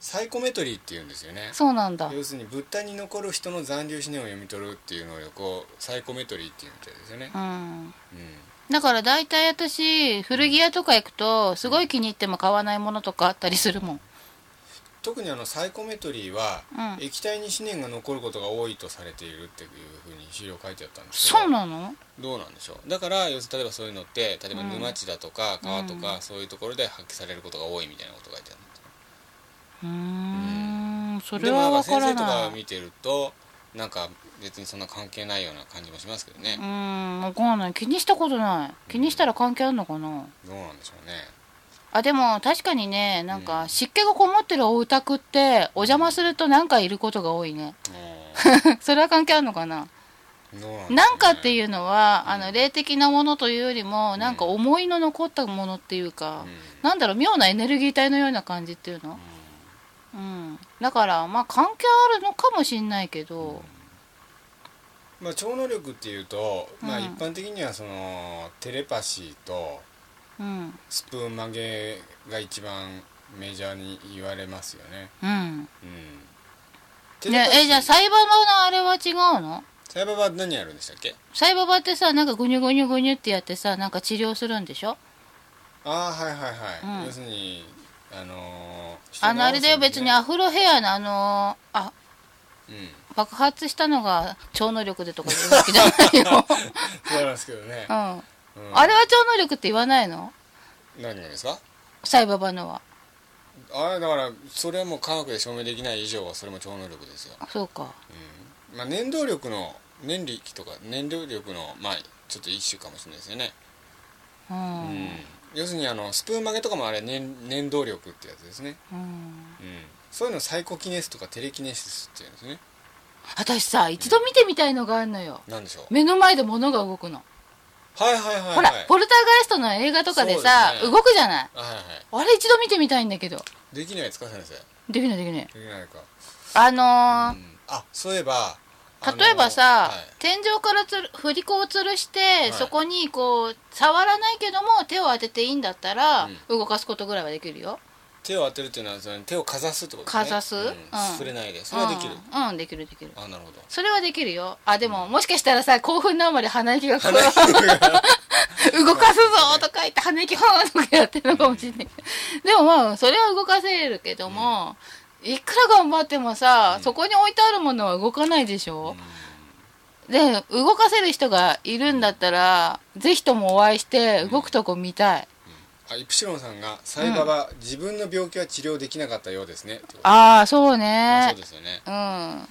Speaker 1: サイコメトリーって言うんですよね
Speaker 2: そうなんだ
Speaker 1: 要するに物体に残る人の残留思念を読み取るっていう能力をサイコメトリーっていうみたいですよね
Speaker 2: う、ん
Speaker 1: うん
Speaker 2: だから大体私古着屋とか行くとすごい気に入っても買わないものとかあったりするもん
Speaker 1: 特にあのサイコメトリーは
Speaker 2: うん
Speaker 1: 液体に思念が残ることが多いとされているっていうふうに資料書いてあったんですけど
Speaker 2: そうなの
Speaker 1: どうなんでしょうだから要するに例えばそういうのって例えば
Speaker 2: うん
Speaker 1: 沼地だとか川と
Speaker 2: う
Speaker 1: かそういうところで発揮されることが多いみたいなことが書いてあるんですよ
Speaker 2: うーんそ
Speaker 1: で
Speaker 2: れ
Speaker 1: もな
Speaker 2: は
Speaker 1: ん
Speaker 2: わ
Speaker 1: か先
Speaker 2: から
Speaker 1: 生と
Speaker 2: な
Speaker 1: か
Speaker 2: い
Speaker 1: 見てるとなんか別にそんな関係ないような感じもしますけどね
Speaker 2: う、んわかんない気にしたことない気にしたら関係あるのかな
Speaker 1: どうなんでしょうね
Speaker 2: あでも確かにねなん
Speaker 1: う
Speaker 2: か
Speaker 1: ん
Speaker 2: 湿気がこもってるお宅ってお邪魔するとなんかいることが多いね それは関係あるのかな
Speaker 1: どうなんでしょうね
Speaker 2: なんかっていうのは、
Speaker 1: うん
Speaker 2: あの霊的なものというよりもなんか思いの残ったものっていう
Speaker 1: う
Speaker 2: か、
Speaker 1: ん
Speaker 2: なんだろう妙なエネルギー体のような感じっていうの、うん、だからまあ関係あるのかもしんないけど、
Speaker 1: まあ超能力っていうと、まあ
Speaker 2: うん
Speaker 1: 一般的にはそのテレパシーと
Speaker 2: うん、うん
Speaker 1: スプーン曲げが一番メジャーに言われますよねうんテレ
Speaker 2: ね
Speaker 1: パシー
Speaker 2: えじゃあサイババのあれは違うの
Speaker 1: サイバーは何やるんでしたっけ
Speaker 2: サイババってさなんかグニュグニュグニュってやってさなんか治療するんでしょ
Speaker 1: ああはいはいはい、
Speaker 2: うん
Speaker 1: 要するにあのー
Speaker 2: あのあれだよ別にア
Speaker 1: 人
Speaker 2: フロヘアのあのあ
Speaker 1: 直すんですね
Speaker 2: 爆発したのが超能力でとか言うわけじゃない よ、
Speaker 1: うんそうなんですけどね
Speaker 2: う、ん、
Speaker 1: うん
Speaker 2: あれは超能力って言わないの
Speaker 1: 何がですか
Speaker 2: サイババのは
Speaker 1: あれだからそれはもう科学で証明できない以上はそれも超能力ですよ、
Speaker 2: あそうか
Speaker 1: うんまあ、念動力の念力とか念動力のまあちょっと一種かもしれないですよね、
Speaker 2: うん、
Speaker 1: う
Speaker 2: うんん
Speaker 1: 要するにあのスプーン曲げとかもあれ念念動力ってやつですね、うん、そういうのサイコキネスとかテレキネシスっていうんですね
Speaker 2: 私さ一度見てみたいのがあるのよ
Speaker 1: なんでしょう
Speaker 2: 目の前で物が動くの、
Speaker 1: はいはいはいはい
Speaker 2: ほらポルターガイストの映画とかでさ
Speaker 1: そうですね
Speaker 2: 動くじゃない
Speaker 1: はいは
Speaker 2: あれ一度見てみたいんだけど
Speaker 1: いできないですか先生
Speaker 2: できないできない
Speaker 1: できないか
Speaker 2: あのー
Speaker 1: うんあそういえばあの
Speaker 2: 例えば
Speaker 1: は
Speaker 2: さ、
Speaker 1: い
Speaker 2: 天井からつる振り子を吊るして、
Speaker 1: い
Speaker 2: そこにこう触らないけども手を当てていいんだったら、
Speaker 1: うん
Speaker 2: 動かすことぐらいはできるよ
Speaker 1: 手を当てるっていうのはその手をかざすってことですね
Speaker 2: かざす
Speaker 1: うん
Speaker 2: うん
Speaker 1: 触れないでそれはできる、
Speaker 2: うん、うんできるできる
Speaker 1: あなるほ ど
Speaker 2: それはできるよあでも、もしかしたらさ興奮のあまり鼻息がこう 動かすぞーとか言って鼻息ほーとかやってるのかもしれない、でもまあそれは動かせるけども、いくら頑張ってもさ、
Speaker 1: ん
Speaker 2: そこに置いてあるものは動かないでしょ、で動かせる人がいるんだったらぜひともお会いして動くとこ見たい、
Speaker 1: あイプシロンさんが「サイババ、自分の病気は治療できなかったようですね」ってこと
Speaker 2: ああそう
Speaker 1: まあ
Speaker 2: ね
Speaker 1: そうですよね
Speaker 2: うんあ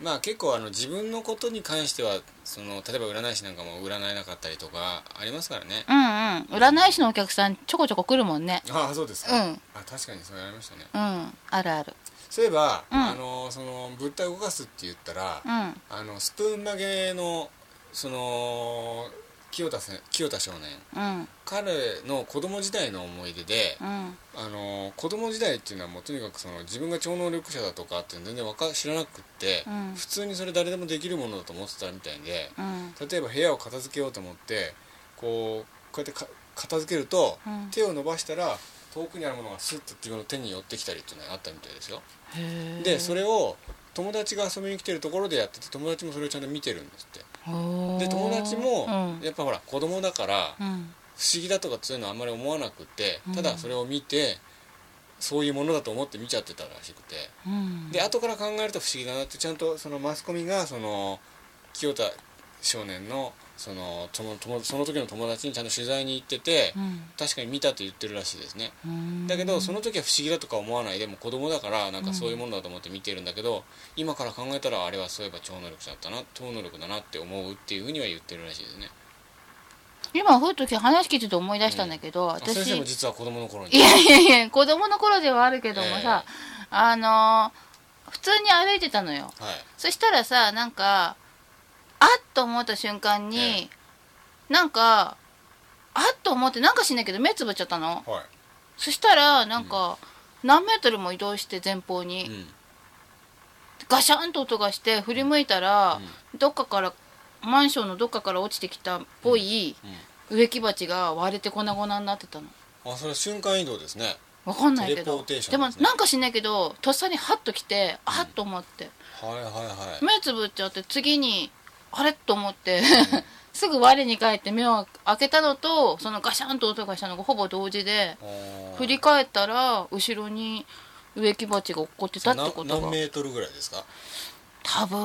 Speaker 1: まあ結構あの自分のことに関してはその例えば占い師なんかも占えなかったりとかありますからね
Speaker 2: うんうん占い師のお客さんちょこちょこ来るもんね
Speaker 1: ああそうです
Speaker 2: う
Speaker 1: か、
Speaker 2: ん
Speaker 1: あ確かにそれありましたね
Speaker 2: うんあるある
Speaker 1: そういえば、
Speaker 2: うん
Speaker 1: あのその物体を動かすって言ったら、
Speaker 2: うん
Speaker 1: あのスプーン曲げのその清田せ清田少年
Speaker 2: うん
Speaker 1: 彼の子供時代の思い出で、
Speaker 2: うん
Speaker 1: あの子供時代っていうのはもうとにかくその自分が超能力者だとかっていうの全然わか知らなくって、
Speaker 2: うん
Speaker 1: 普通にそれ誰でもできるものだと思ってたみたいで
Speaker 2: うん
Speaker 1: 例えば部屋を片付けようと思ってこうこうやってか片付けると、
Speaker 2: うん
Speaker 1: 手を伸ばしたら遠くにあるものがスッと自分の手に寄ってきたりっていうのがあったみたいですよ。
Speaker 2: へえ
Speaker 1: でそれを友達が遊びに来てるところでやってて友達もそれをちゃんと見てるんですって
Speaker 2: ほー
Speaker 1: で友達も
Speaker 2: うん
Speaker 1: やっぱほら子供だから
Speaker 2: うん
Speaker 1: 不思議だとかそういうのあんまり思わなくって
Speaker 2: うん
Speaker 1: ただそれを見てそういうものだと思って見ちゃってたらしくて
Speaker 2: うん
Speaker 1: で後から考えると不思議だなってちゃんとそのマスコミがその清田少年のそのその友その時の友達にちゃんと取材に行ってて、
Speaker 2: うん
Speaker 1: 確かに見たって言ってるらしいですね
Speaker 2: うん
Speaker 1: だけどその時は不思議だとか思わないでも子供だからなんかそういうものだと思って見てるんだけど、今から考えたらあれはそういえば超能力だったな超能力だなって思うっていうふうには言ってるらしいですね
Speaker 2: 今ふと話聞いてて思い出したんだけど、
Speaker 1: あ
Speaker 2: 私
Speaker 1: 先生も実は子供の頃に
Speaker 2: いやいやいや子供の頃ではあるけどもさ、あのー普通に歩いてたのよ
Speaker 1: はい
Speaker 2: そしたらさなんかあっと思った瞬間に、
Speaker 1: え
Speaker 2: なんかあっと思ってなんかしないけど目つぶっちゃったの
Speaker 1: は
Speaker 2: そしたらなんか、何メートルも移動して前方に、
Speaker 1: い、うん、
Speaker 2: ガシャンと音がして振り向いたら、どっかからマンションのどっかから落ちてきたっぽい植木鉢が割れて粉々になってたの
Speaker 1: あそれは瞬間移動ですね
Speaker 2: わかんないけ
Speaker 1: テレポ
Speaker 2: ど
Speaker 1: ーテーショ
Speaker 2: で
Speaker 1: ン
Speaker 2: も
Speaker 1: ですね
Speaker 2: なんかしないけどとっさにハッと来てあっと思って、
Speaker 1: はいはいはい
Speaker 2: 目つぶっちゃって次にあれと思って すぐ我に返って目を開けたのとそのガシャンと音がしたのがほぼ同時で
Speaker 1: あー
Speaker 2: 振り返ったら後ろに植木鉢が落っこってたってこと
Speaker 1: な
Speaker 2: が
Speaker 1: 何メートルぐらいですか
Speaker 2: 多分、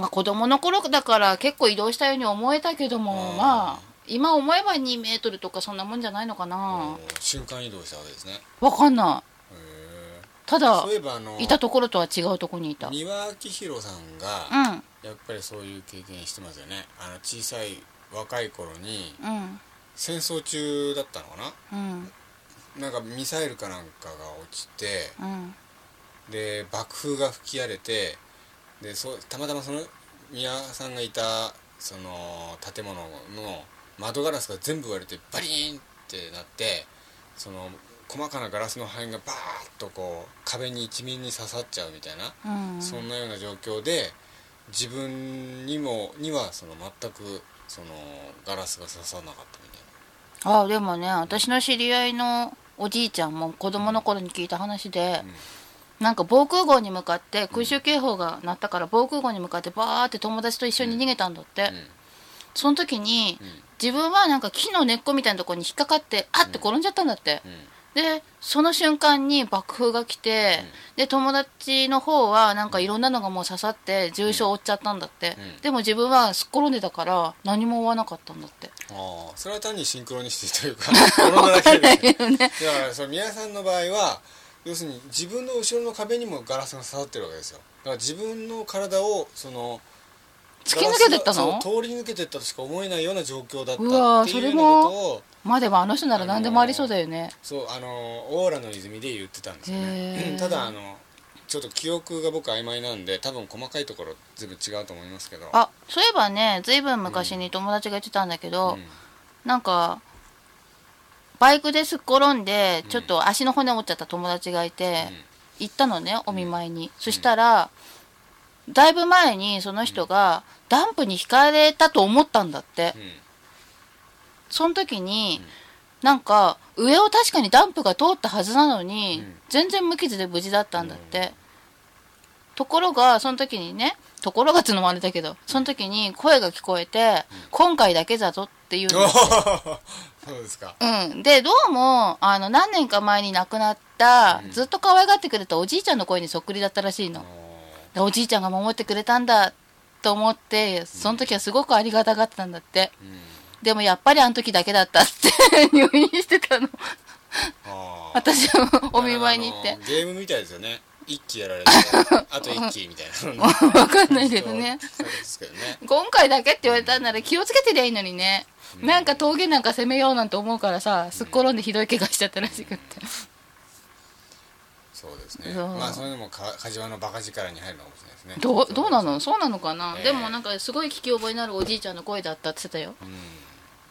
Speaker 2: まあ、子供の頃だから結構移動したように思えたけども
Speaker 1: うん
Speaker 2: まあ今思えば2メートルとかそんなもんじゃないのかな
Speaker 1: おー瞬間移動したわけですねへ
Speaker 2: わかんない
Speaker 1: え
Speaker 2: ただ
Speaker 1: そういえばあの
Speaker 2: いたところとは違うところにいたうん
Speaker 1: 三輪明宏さんが、
Speaker 2: う
Speaker 1: やっぱりそういう経験してますよねあの小さい若い頃に
Speaker 2: ん
Speaker 1: 戦争中だったのか
Speaker 2: うん
Speaker 1: ななんかミサイルかなんかが落ちて
Speaker 2: うん
Speaker 1: で爆風が吹き荒れてでそうたまたまその宮さんがいたその建物の窓ガラスが全部割れてバリーンってなってその細かなガラスの破片がバーッとこう壁に一面に刺さっちゃうみたいな
Speaker 2: うん
Speaker 1: そんなような状況で自分にもにはその全くそのガラスが刺さなかったみたい
Speaker 2: あでもね私の知り合いのおじいちゃんも子供の頃に聞いた話で、なんか防空壕に向かって空襲警報が鳴ったから防空壕に向かってバーって友達と一緒に逃げたんだって、
Speaker 1: な、うん
Speaker 2: その時に
Speaker 1: うん
Speaker 2: 自分はなんか木の根っこみたいなところに引っかかってあって転んじゃったんだって、
Speaker 1: うん
Speaker 2: でその瞬間に爆風が来て、で友達の方はなんかいろんなのがもう刺さって重傷を負っちゃったんだって、
Speaker 1: うん
Speaker 2: でも自分はすっ転んでたから何も負わなかったんだって
Speaker 1: ああそれは単にシンクロニシティという か転がだけで
Speaker 2: けどね
Speaker 1: だからその宮さんの場合は要するに自分の後ろの壁にもガラスが刺さってるわけですよだから自分の体をその
Speaker 2: 突き抜けてった
Speaker 1: ガラ
Speaker 2: の
Speaker 1: スがそう通り抜けてったとしか思えないような状況だったっていうう
Speaker 2: わー
Speaker 1: よう
Speaker 2: それ
Speaker 1: な
Speaker 2: も
Speaker 1: ことを
Speaker 2: まあでもあの人なら何でもありそうだよね、
Speaker 1: そうあのオーラの泉で言ってたんですよ
Speaker 2: へ
Speaker 1: ね
Speaker 2: ー
Speaker 1: ただあのちょっと記憶が僕曖昧なんで多分細かいところ全部違うと思いますけど
Speaker 2: あそういえばねずいぶん昔に友達が言ってたんだけど、
Speaker 1: うん
Speaker 2: なんかバイクですっ転んでちょっと足の骨折っちゃった友達がいて、行ったのねお見舞いに、そしたらだいぶ前にその人がダンプに引かれたと思ったんだって、
Speaker 1: うん
Speaker 2: その時に、なんか上を確かにダンプが通ったはずなのに、
Speaker 1: うん
Speaker 2: 全然無傷で無事だったんだって、ところがその時にねところがつのもあれだけどその時に声が聞こえて、今回だけだぞっていうの
Speaker 1: おー そうですか
Speaker 2: うん、でどうもあの何年か前に亡くなった、
Speaker 1: うん
Speaker 2: ずっと可愛がってくれたおじいちゃんの声にそっくりだったらしい
Speaker 1: あ
Speaker 2: の
Speaker 1: の、ー
Speaker 2: でおじいちゃんが守ってくれたんだと思ってその時はすごくありがたがってたんだって
Speaker 1: うん
Speaker 2: でもやっぱりあの時だけだったって 入院してたの
Speaker 1: あー
Speaker 2: 私はお見舞いに行っ
Speaker 1: あ
Speaker 2: て
Speaker 1: のゲームみたいですよね一機やら れてあと一機みたいな
Speaker 2: わかんないけどね
Speaker 1: そうですけどね
Speaker 2: 今回だけって言われたんなら気をつけてりゃいいのにね、なんか峠なんか攻めようなんて思うからさすっ転んでひどい怪我しちゃったら しくって
Speaker 1: そうですね
Speaker 2: そう
Speaker 1: まあそういうのもか梶原のバカ力に入るのかもしれないですね
Speaker 2: どうどうなのそうなのかな、
Speaker 1: ねえ
Speaker 2: でもなんかすごい聞き覚えのあるおじいちゃんの声だったって言ってたよ
Speaker 1: うん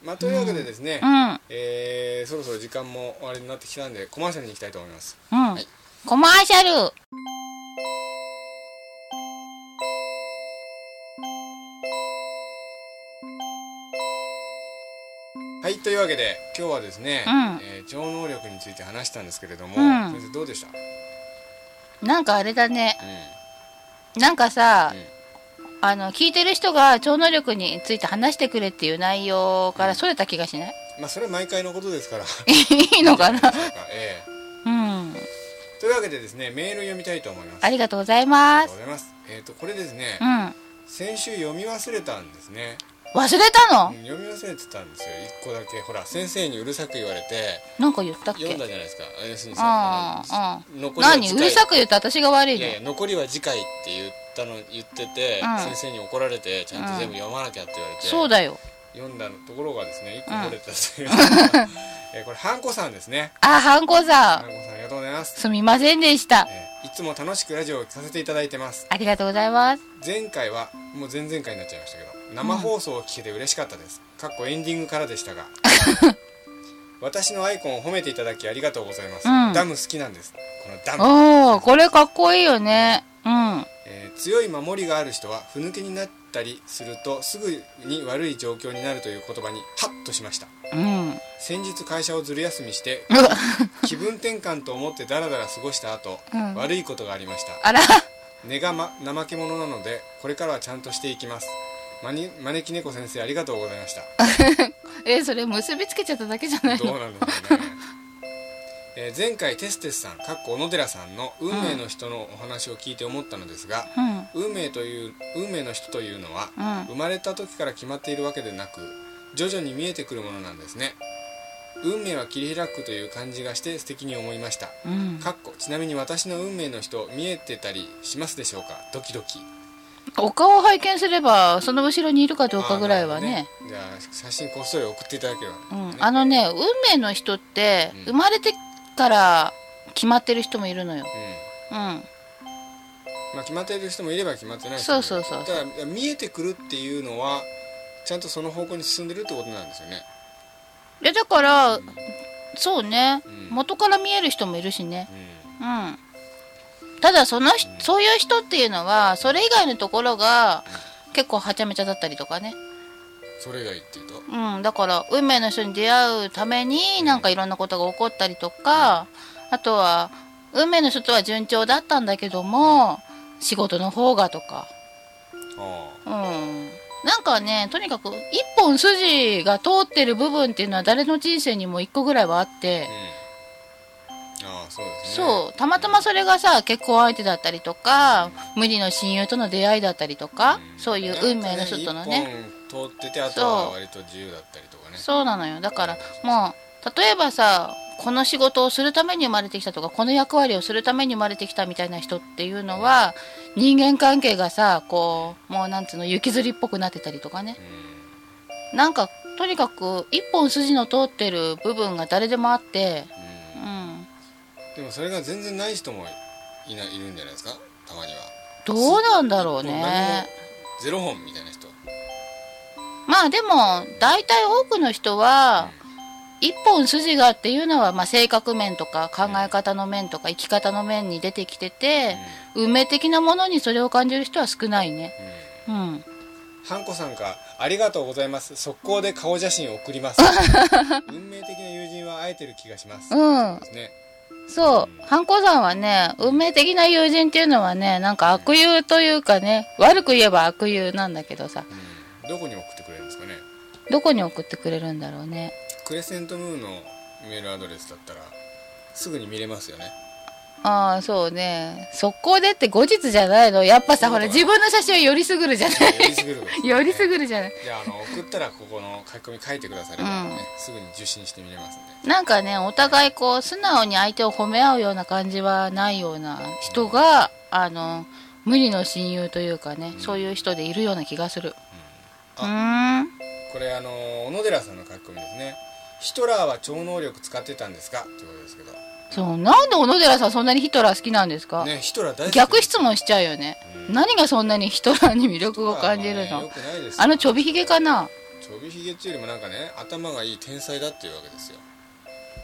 Speaker 1: まあというわけでですね、
Speaker 2: うん
Speaker 1: えーそろそろ時間も終わりになってきたんでコマーシャルに行きたいと思います
Speaker 2: うん
Speaker 1: い
Speaker 2: コマーシャル
Speaker 1: はいというわけで今日はですね、
Speaker 2: うん
Speaker 1: えー超能力について話したんですけれども、
Speaker 2: うん
Speaker 1: 先生どうでした、うん
Speaker 2: なんかあれだねなんかさ、あの聞いてる人が超能力について話してくれっていう内容からそれた気がしない、
Speaker 1: まあそれは毎回のことです から
Speaker 2: いいのかな
Speaker 1: え
Speaker 2: うん
Speaker 1: えというわけでですねメール読みたいと思います
Speaker 2: ありがとうございま
Speaker 1: ありがとう
Speaker 2: す
Speaker 1: ございますえっ、とこれですね、
Speaker 2: うん
Speaker 1: 先週読み忘れたんですね
Speaker 2: 忘れた
Speaker 1: う
Speaker 2: の
Speaker 1: ん、読み忘れてたんですよ一個だけほら先生にうるさく言われて
Speaker 2: なんか言ったっけ
Speaker 1: 読んだじゃないですかあ要するに
Speaker 2: あ
Speaker 1: さ
Speaker 2: あああ
Speaker 1: あの残りは次
Speaker 2: 何
Speaker 1: 回
Speaker 2: うるさく言うと私が悪い
Speaker 1: い
Speaker 2: の
Speaker 1: やいや残りは次回って言ったの言ってて、
Speaker 2: うん
Speaker 1: 先生に怒られてちゃんと全部読まなきゃって言われて、
Speaker 2: そうだよ
Speaker 1: 読んだところがですね一個漏れてたという、 えーこれハンコさんですね
Speaker 2: あハンコ
Speaker 1: ハ
Speaker 2: さ
Speaker 1: ン
Speaker 2: ん
Speaker 1: コさんありがとうございます、
Speaker 2: すみませんでした
Speaker 1: えーいつも楽しくラジオを聞かせていただいてます
Speaker 2: ありがとうございます
Speaker 1: 前回はもう前々回になっちゃいましたけど生放送を聞けて嬉しかったです、かっこエンディングからで したが私のアイコンを褒めていただきありがとうございます、
Speaker 2: うん
Speaker 1: ダム好きなんですこのダム、
Speaker 2: おおこれかっこいいよねうん
Speaker 1: えー強い守りがある人はふぬけになったりするとすぐに悪い状況になるという言葉にハッとしました
Speaker 2: うん
Speaker 1: 先日会社をずる休み して
Speaker 2: うわ
Speaker 1: 気分転換と思ってダラダラ過ごした後、
Speaker 2: うん
Speaker 1: 悪いことがありました
Speaker 2: あら
Speaker 1: 根が、ま、怠け者なのでこれからはちゃんとしていきますまに招き猫先生ありがとうございました
Speaker 2: えそれ結びつけちゃっただけじゃな い
Speaker 1: どう
Speaker 2: の
Speaker 1: なんだろうね、えー前回テステスさんかっこ小野寺さんの運命の人のお話を聞いて思ったのですが、
Speaker 2: うんうん
Speaker 1: 運命という運命の人というのは、生まれた時から決まっているわけでなく徐々に見えてくるものなんですね運命は切り開くという感じがして素敵に思いました
Speaker 2: うん
Speaker 1: かっこちなみに私の運命の人見えてたりしますでしょうかドキドキ
Speaker 2: お顔を拝見すればその後ろにいるかどうかぐらいはね
Speaker 1: あーなるほどねじゃあ写真こっそり送っていただければ、
Speaker 2: うん、あのね運命の人って
Speaker 1: うん
Speaker 2: 生まれてから決まってる人もいるのよ、
Speaker 1: うん
Speaker 2: うん、
Speaker 1: まあ、決まっている人もいれば決まってない人もいる
Speaker 2: そうそうそう
Speaker 1: ただ見えてくるっていうのはちゃんとその方向に進んでるってことなんですよね
Speaker 2: でだからそうね、
Speaker 1: うん
Speaker 2: 元から見える人もいるしね、
Speaker 1: う
Speaker 2: うん、ただその人そういう人っていうのはそれ以外のところが結構はちゃめちゃだったりとかね、
Speaker 1: んそれがいいっていうと
Speaker 2: うん、だから運命の人に出会うためになんかいろんなことが起こったりとかあとは運命の人とは順調だったんだけども仕事の方がとか。
Speaker 1: あ
Speaker 2: うんなんかねとにかく一本筋が通ってる部分っていうのは誰の人生にも一個ぐらいはあって
Speaker 1: あ、うんああそうですね
Speaker 2: そうたまたまそれがさ結婚相手だったりとか無理の親友との出会いだったりとか、
Speaker 1: ん
Speaker 2: そういう運命の人とのね
Speaker 1: なんか一本通っててあとは割と自由だったりとかね
Speaker 2: そうなのよだからもう例えばさこの仕事をするために生まれてきたとかこの役割をするために生まれてきたみたいな人っていうのは人間関係がさこうもうなんつうの行きずりっぽくなってたりとかね
Speaker 1: うん
Speaker 2: なんかとにかく一本筋の通ってる部分が誰でもあって、う
Speaker 1: うん
Speaker 2: ん、
Speaker 1: でもそれが全然ない人もいないいるんじゃないですかたまには
Speaker 2: どうなんだろう
Speaker 1: もう何
Speaker 2: ね
Speaker 1: もゼロ本みたいな人
Speaker 2: まあでも大体多くの人は一本筋がっていうのは、まあ、性格面とか考え方の面とか生き方の面に出てきてて運命的なものにそれを感じる人は少ないね。
Speaker 1: うん、うん
Speaker 2: うん、
Speaker 1: ハンコさんかありがとうございます速攻で顔写真を送ります運命的な友人は会えてる気がします、
Speaker 2: うん
Speaker 1: そうですね
Speaker 2: そう、ハンコさんはね、運命的な友人っていうのはね、なんか悪友というかね、悪く言えば悪友なんだけどさ、
Speaker 1: うんどこに送ってくれるんですかね
Speaker 2: どこに送ってくれるんだろうね。
Speaker 1: クレセントムーンのメールアドレスだったらすぐに見れますよね
Speaker 2: ああそうね速攻でって後日じゃないのやっぱ
Speaker 1: そ
Speaker 2: さ
Speaker 1: う
Speaker 2: ほ
Speaker 1: だ
Speaker 2: ら
Speaker 1: よ
Speaker 2: 自分の写真をよりすぐるじゃない
Speaker 1: よりすぐる
Speaker 2: よりす
Speaker 1: る
Speaker 2: ぐるじゃない
Speaker 1: じゃああの送ったらここの書き込み書いてくださればね、すぐに受信して見れますんで
Speaker 2: なんかねお互いこう素直に相手を褒め合うような感じはないような人があの無理の親友というかね、そういう人でいるような気がするう
Speaker 1: うん
Speaker 2: ーん
Speaker 1: これあの小野寺さんの書き込みですねヒトラーは超能力使ってたんですかってことですけど
Speaker 2: そうなんで小野寺さんそんなにヒトラー好きなんですか、
Speaker 1: ねヒトラー大好き
Speaker 2: 逆質問しちゃうよね、
Speaker 1: うん
Speaker 2: 何がそんなにヒトラーに魅力を感じるの、
Speaker 1: ヒトラーはね良くないですよ
Speaker 2: あのちょびひげかな
Speaker 1: ちょびひげっていうよりもなんかね頭がいい天才だっていうわけですよ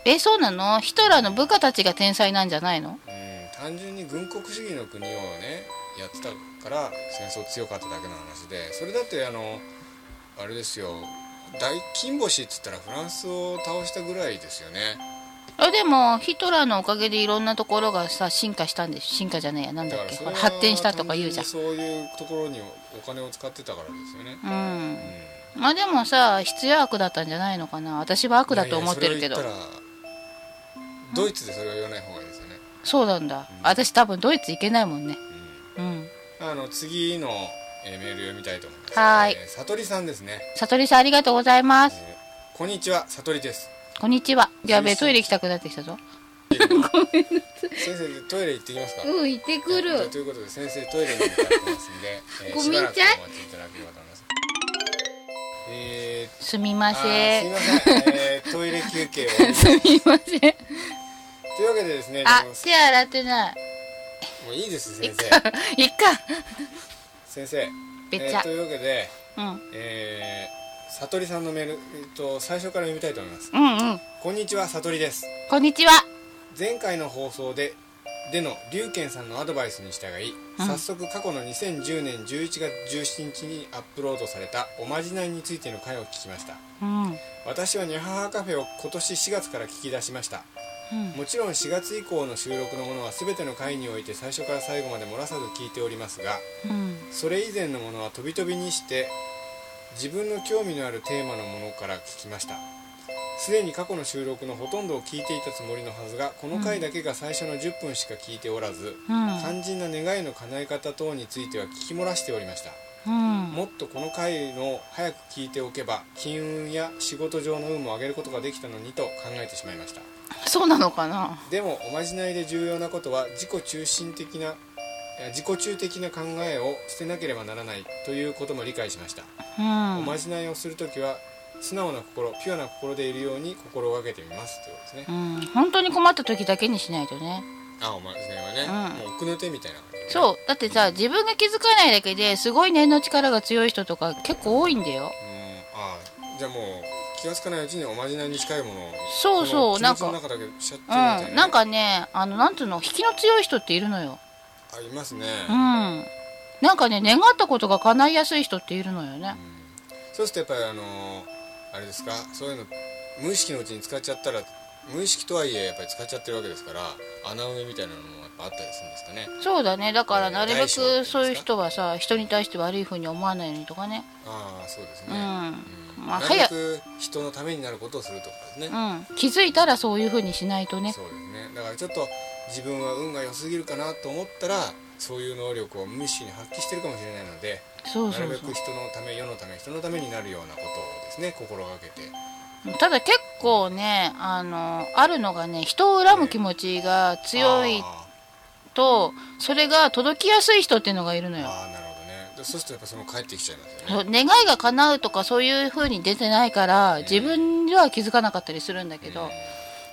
Speaker 2: えそうなのヒトラーの部下たちが天才なんじゃないの
Speaker 1: うん単純に軍国主義の国をねやってたから戦争強かっただけの話でそれだってあのあれですよ大金星っつったらフランスを倒したぐらいですよね
Speaker 2: あでもヒトラーのおかげでいろんなところがさ進化したんでしょ進化じゃねえやなんだっけ
Speaker 1: そ
Speaker 2: ほ
Speaker 1: れ
Speaker 2: ら
Speaker 1: は
Speaker 2: 発展したとか言うじゃん
Speaker 1: 単純にそういうところにお金を使ってたからですよね、
Speaker 2: うん
Speaker 1: うん
Speaker 2: まあでもさ必要悪だったんじゃないのかな私は悪だと思ってるけど
Speaker 1: いやい
Speaker 2: そ
Speaker 1: やそれを言ったらドイツでそれは言わない方がいいですよね、
Speaker 2: うなんだ、
Speaker 1: うん
Speaker 2: 私多分ドイツ行けないもんね
Speaker 1: うん
Speaker 2: うん
Speaker 1: あの次のえーメール読みたいと思います
Speaker 2: はーい
Speaker 1: えーさとりさんですね、
Speaker 2: さとりさんありがとうございます
Speaker 1: えーこんにちはさとりです
Speaker 2: こんにちはやべえトイレ行きたくなってきたぞ
Speaker 1: 先生トイレ行ってきますか、
Speaker 2: うん行ってく
Speaker 1: はい
Speaker 2: る
Speaker 1: ということで先生トイレに向かってますんで、えー、
Speaker 2: ご
Speaker 1: し
Speaker 2: め
Speaker 1: ば
Speaker 2: ん
Speaker 1: ら
Speaker 2: な
Speaker 1: く
Speaker 2: さい
Speaker 1: お待ちいただければと思いますえー
Speaker 2: すみま
Speaker 1: あ
Speaker 2: せ
Speaker 1: ーすい
Speaker 2: ん
Speaker 1: ません、えートイレ休憩をと
Speaker 2: すみません
Speaker 1: いうわけでですね
Speaker 2: あ
Speaker 1: でも
Speaker 2: 手洗ってない
Speaker 1: もういいです
Speaker 2: いっ
Speaker 1: 先
Speaker 2: か
Speaker 1: 生
Speaker 2: いっか
Speaker 1: 先生
Speaker 2: べ
Speaker 1: え
Speaker 2: ち
Speaker 1: ー
Speaker 2: ゃ
Speaker 1: というわけで
Speaker 2: うん
Speaker 1: えー、さとりさんのメール、えー、と最初から読みたいと思います
Speaker 2: うんうん
Speaker 1: こんにちはさとりです
Speaker 2: こんにちは
Speaker 1: 前回の放送ででの龍賢さんのアドバイスに従い、
Speaker 2: うん
Speaker 1: 早速過去の2010年11月17日にアップロードされたおまじないについての回を聞きました
Speaker 2: うんうん
Speaker 1: 私はニャハハカフェを今年4月から聞き出しましたもちろん4月以降の収録のものは全ての回において最初から最後まで漏らさず聞いておりますが
Speaker 2: うん
Speaker 1: それ以前のものは飛び飛びにして自分の興味のあるテーマのものから聞きましたすでに過去の収録のほとんどを聞いていたつもりのはずがこの回だけが最初の10分しか聞いておらず、
Speaker 2: うん
Speaker 1: 肝心な願いの叶え方等については聞き漏らしておりました
Speaker 2: うん
Speaker 1: もっとこの回の早く聞いておけば金運や仕事上の運も上げることができたのにと考えてしまいました
Speaker 2: そうなのかな
Speaker 1: でもおまじないで重要なことは自己中心的なえー自己中的な考えを捨てなければならないということも理解しました、
Speaker 2: うん
Speaker 1: おまじないをするときは素直な心ピュアな心でいるように心がけてみますということです
Speaker 2: う
Speaker 1: ね、
Speaker 2: ん本当に困った時だけにしないとね
Speaker 1: あおまじないはね、もう奥の手みたいな感じう、
Speaker 2: そうだってさ自分が気づかないだけですごい念の力が強い人とか結構多いんだよ
Speaker 1: ん、あーじゃあもう気がつかないうちにおまじないに近いものを
Speaker 2: そうそう
Speaker 1: この気持ちの中だけしちゃってるみ
Speaker 2: う
Speaker 1: たいなね、
Speaker 2: んなんかねあのなんつうの引きの強い人っているのよ
Speaker 1: ありますね、
Speaker 2: うんなんかね願ったことが叶いやすい人っているのよね
Speaker 1: そうするとやっぱりあのーあれですかそういうの無意識のうちに使っちゃったら無意識とはいえやっぱり使っちゃってるわけですから穴埋めみたいなのもやっぱあったりするんですかね
Speaker 2: そうだねだから
Speaker 1: うん
Speaker 2: なるべ
Speaker 1: 大丈夫です
Speaker 2: く
Speaker 1: か
Speaker 2: そういう人はさ人に対して悪いふうに思わないようにとかね
Speaker 1: ああそうですね、
Speaker 2: うん
Speaker 1: うん
Speaker 2: まあ
Speaker 1: なるべく人のためになることをするとかですね,、
Speaker 2: うん気づいたらそういうふうにしないとね
Speaker 1: そうですねだからちょっと自分は運が良すぎるかなと思ったらそういう能力を無意識に発揮してるかもしれないので
Speaker 2: そうそう
Speaker 1: なる
Speaker 2: そ
Speaker 1: べく人のため世のため人のためになるようなことをですね心がけて
Speaker 2: うただ結構ねあのあるのがね人を恨む気持ちが強い
Speaker 1: あー
Speaker 2: とそれが届きやすい人っていうのがいるのよ。
Speaker 1: あーなるほどねでそうするとやっぱその帰ってきちゃいますよね
Speaker 2: そう願いが叶うとかそういう風に出てないから自分では気づかなかったりするんだけど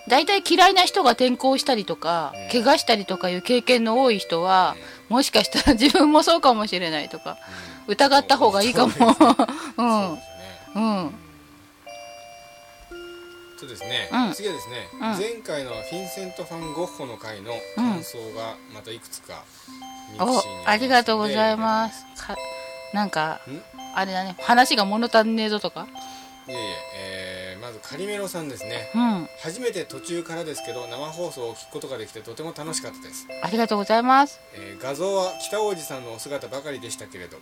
Speaker 2: 大体嫌いな人が転校したりとか
Speaker 1: うん
Speaker 2: 怪我したりとかいう経験の多い人はもしかしたら 自分もそうかもしれないとか疑った方がいいかも。
Speaker 1: そうですね
Speaker 2: うんうん
Speaker 1: そうですね、
Speaker 2: うん
Speaker 1: 次はですね、
Speaker 2: ん
Speaker 1: 前回のフィンセント・ファン・ゴッホの回の感想がまたいくつかミクシーに
Speaker 2: お
Speaker 1: りますので
Speaker 2: ありがとうございます。かなんかあれだね話が物足んねえぞとか。
Speaker 1: いえいええーまずカリメロさんですね
Speaker 2: うん
Speaker 1: 初めて途中からですけど生放送を聞くことができてとても楽しかったです、
Speaker 2: ありがとうございます。
Speaker 1: えー画像は北王子さんのお姿ばかりでしたけれど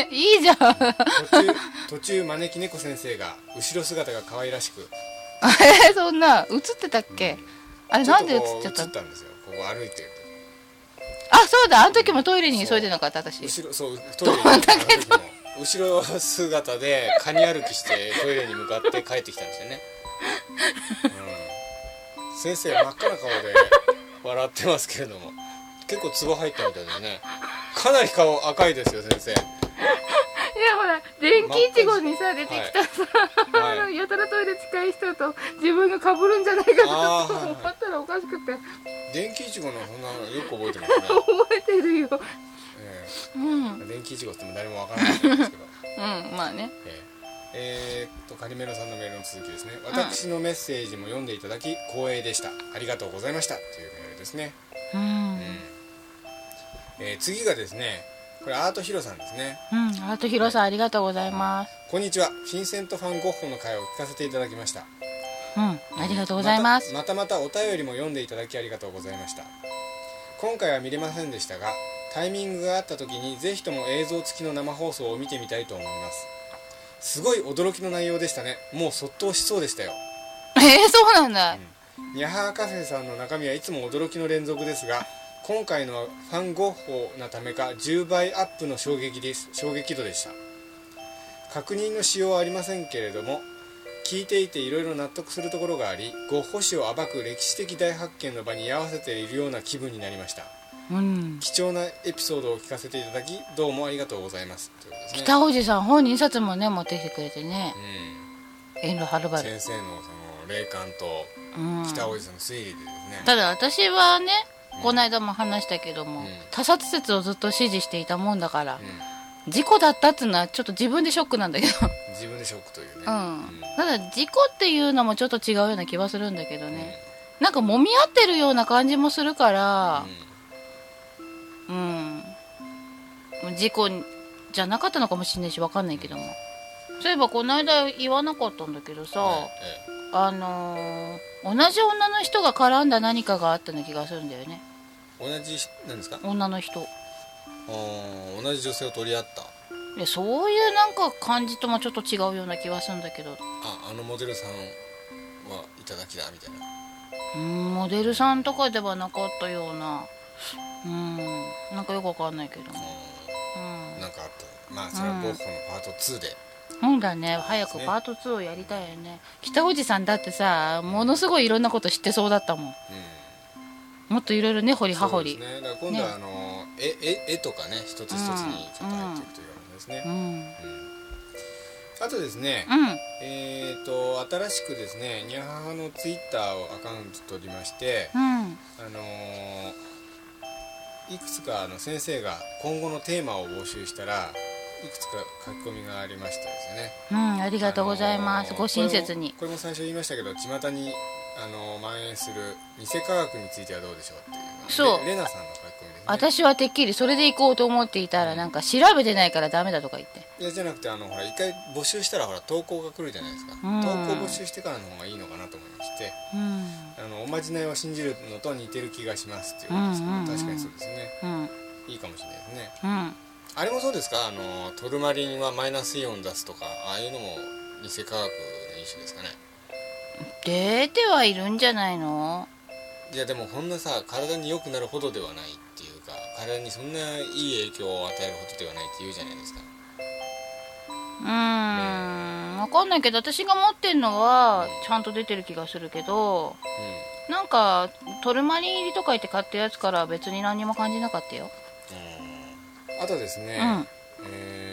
Speaker 2: えいいじゃん。
Speaker 1: 途中途中招き猫先生が後ろ姿が可愛らしく
Speaker 2: えーそんな映ってたっけ、あれ
Speaker 1: ちょっ
Speaker 2: な
Speaker 1: と
Speaker 2: んで映っ
Speaker 1: こう
Speaker 2: ちゃった
Speaker 1: 映
Speaker 2: の
Speaker 1: ったんですよこう歩いてる
Speaker 2: あそうだあの時もトイレに急いでなかった私
Speaker 1: 後ろそうトイレに行った時も後ろ姿でカニ歩きしてトイレに向かって帰ってきたんですよね、うん、先生真っ赤な顔で笑ってますけれども結構ツボ入ったみたいですねかなり顔赤いですよ先生
Speaker 2: ほら電
Speaker 1: 気イチゴ
Speaker 2: にさ出
Speaker 1: てきた
Speaker 2: さ、
Speaker 1: はいはい
Speaker 2: やたらトイレ近い人と自分がかぶるんじゃないか
Speaker 1: なとあーはい思
Speaker 2: ったらおかしくて覚
Speaker 1: 電気いちごのそんなのよく覚えてますね、
Speaker 2: えてるよ
Speaker 1: え
Speaker 2: うんうん
Speaker 1: え電気いちごっても誰もわからないと思うんですけど
Speaker 2: まあね
Speaker 1: えーえーっとカリメロさんのメールの続きですね私のメッセージも読んでいただき光栄でしたありがとうございましたというメールですね、
Speaker 2: うん
Speaker 1: うんえー次がですねこれアートヒロさんですね
Speaker 2: うんあとヒロさんありがとうございます
Speaker 1: こんにちはフィンセント・ファン・ゴッホの会を聞かせていただきました
Speaker 2: うんありがとうございます
Speaker 1: またまたまたお便りも読んでいただきありがとうございました今回は見れませんでしたがタイミングがあった時にぜひとも映像付きの生放送を見てみたいと思いますすごい驚きの内容でしたねもうそっとしそうでしたよ
Speaker 2: えー、そうなんだ
Speaker 1: ニャハーカフェさんの中身はいつも驚きの連続ですが今回のはファンゴッホなためか10倍アップの衝撃です衝撃度でした確認のしようはありませんけれども聞いていていろいろ納得するところがありゴッホ史を暴く歴史的大発見の場に居合わせているような気分になりました
Speaker 2: うん
Speaker 1: 貴重なエピソードを聞かせていただきどうもありがとうございますということですね
Speaker 2: 北おじさん本2冊もね持ってきてくれてね遠路はる
Speaker 1: うん
Speaker 2: ばる、
Speaker 1: 先生のその霊感と
Speaker 2: うん、
Speaker 1: 北大路さんの推理でですね、
Speaker 2: ただ私はねこの間も話したけども、
Speaker 1: うん
Speaker 2: 他殺説をずっと支持していたもんだから
Speaker 1: う、ん
Speaker 2: 事故だったっていうのはちょっと自分でショックなん だけどうん
Speaker 1: 自分でショックというね、
Speaker 2: ただ事故っていうのもちょっと違うような気はするんだけどね、なんか揉み合ってるような感じもするからうん、事故じゃなかったのかもしれないしわかんないけどもそういえばこの間言わなかったんだけどさ、
Speaker 1: え
Speaker 2: あのー同じ女の人が絡んだ何かがあったような気がするんだよね
Speaker 1: え同じなんですか
Speaker 2: 女の人
Speaker 1: あー同じ女性を取り合った
Speaker 2: いやそういうなんか感じともちょっと違うような気はするんだけどう
Speaker 1: ああのモデルさんはいただきだみたいな
Speaker 2: ーんモデルさんとかではなかったようなうーんなんかよくわかんないけどね
Speaker 1: う
Speaker 2: うん
Speaker 1: んなんかあったまあそれはゴッホのパート2で、
Speaker 2: そうだね早くパート2をやりたいよね北おじさんだってさものすごいいろんなこと知ってそうだったもん
Speaker 1: うん
Speaker 2: もっといろいろね掘り葉
Speaker 1: そ
Speaker 2: 掘
Speaker 1: うで
Speaker 2: り
Speaker 1: すねだから今度はあの、絵絵絵とかね一つ一つにちょっと入っていくという感じですね
Speaker 2: う、ん
Speaker 1: うんあとですね、
Speaker 2: うん
Speaker 1: えっ、と新しくですねニャハハのツイッターをアカウント取りまして、
Speaker 2: うん
Speaker 1: あのーいくつかあの先生が今後のテーマを募集したらいくつか書き込みがありましてですね
Speaker 2: うんあ
Speaker 1: あ
Speaker 2: りがとうございます
Speaker 1: のー
Speaker 2: ご親切に
Speaker 1: これもこれも最初言いましたけど巷にあのー蔓延する偽科学についてはどうでしょうっていうのが
Speaker 2: そう
Speaker 1: レレナさんの書き込みですね
Speaker 2: 私はてっきりそれで行こうと思っていたらなんか調べてないからダメだとか言って
Speaker 1: いやじゃなくてあのほら一回募集したらほら投稿が来るじゃないですか投
Speaker 2: うん
Speaker 1: 稿募集してからの方がいいのかなと思いまして
Speaker 2: うん
Speaker 1: あのおまじないを信じるのと似てる気がしますっていうことですけど、
Speaker 2: うんうんうん
Speaker 1: 確かにそうですね
Speaker 2: うん
Speaker 1: いいかもしれないですね
Speaker 2: うん
Speaker 1: あれもそうですかあのトルマリンはマイナスイオン出すとかああいうのも偽科学の一種ですかね
Speaker 2: 出てはいるんじゃないの
Speaker 1: いやでもこんなさ体に良くなるほどではないっていうか体にそんないい影響を与えるほどではないって言うじゃないですか
Speaker 2: うーんわかんないけど私が持ってんのはちゃんと出てる気がするけどなんかトルマリン入りとか言って買ったやつから別に何にも感じなかったよ、
Speaker 1: うん、あとですね、えー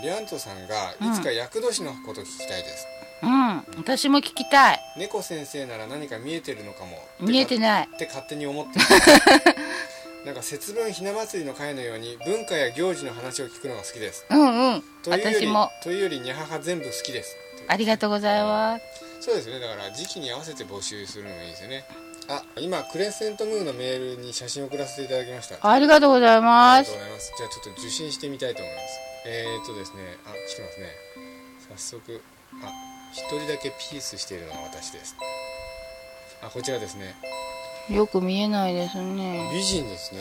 Speaker 1: リャントさんが「いつか厄年のこと聞きたいです」
Speaker 2: うんうん私も聞きたい
Speaker 1: 猫先生なら何か見えてるのかもって
Speaker 2: 見えてない
Speaker 1: って勝手に思 ってるなんか節分ひな祭りの会のように文化や行事の話を聞くのが好きです
Speaker 2: うんうん
Speaker 1: というよ
Speaker 2: 私
Speaker 1: り
Speaker 2: も
Speaker 1: というよりにゃはは全部好きです
Speaker 2: ありがとうございます
Speaker 1: そうですねだから時期に合わせて募集するのがいいですよねあ今クレセントムーンのメールに写真を送らせていただきました
Speaker 2: ありがとうござい
Speaker 1: あ
Speaker 2: ま
Speaker 1: りがと
Speaker 2: す
Speaker 1: うございますじゃあちょっと受信してみたいと思いますえー、っとですねあ来てますね早速あ一人だけピースしているのは私ですあこちらですね
Speaker 2: よく見えないですね
Speaker 1: 美人ですね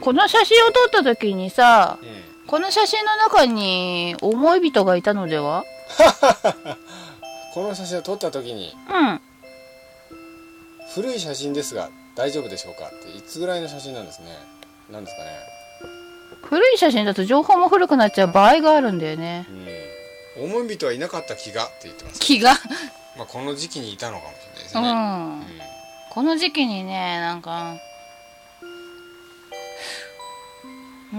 Speaker 2: この写真を撮った時にさ
Speaker 1: うん
Speaker 2: この写真の中に思い人がいたのでは
Speaker 1: この写真を撮った時に
Speaker 2: うん
Speaker 1: 古い写真ですが大丈夫でしょうかっていつぐらいの写真なんですねなんですかね
Speaker 2: 古い写真だと情報も古くなっちゃう場合があるんだよね
Speaker 1: うん思い人はいなかった気がって言ってます、
Speaker 2: 気が
Speaker 1: まあ、この時期にいたのかもしれないです
Speaker 2: う
Speaker 1: ね、
Speaker 2: ん
Speaker 1: うん
Speaker 2: この時期にねなんかうーん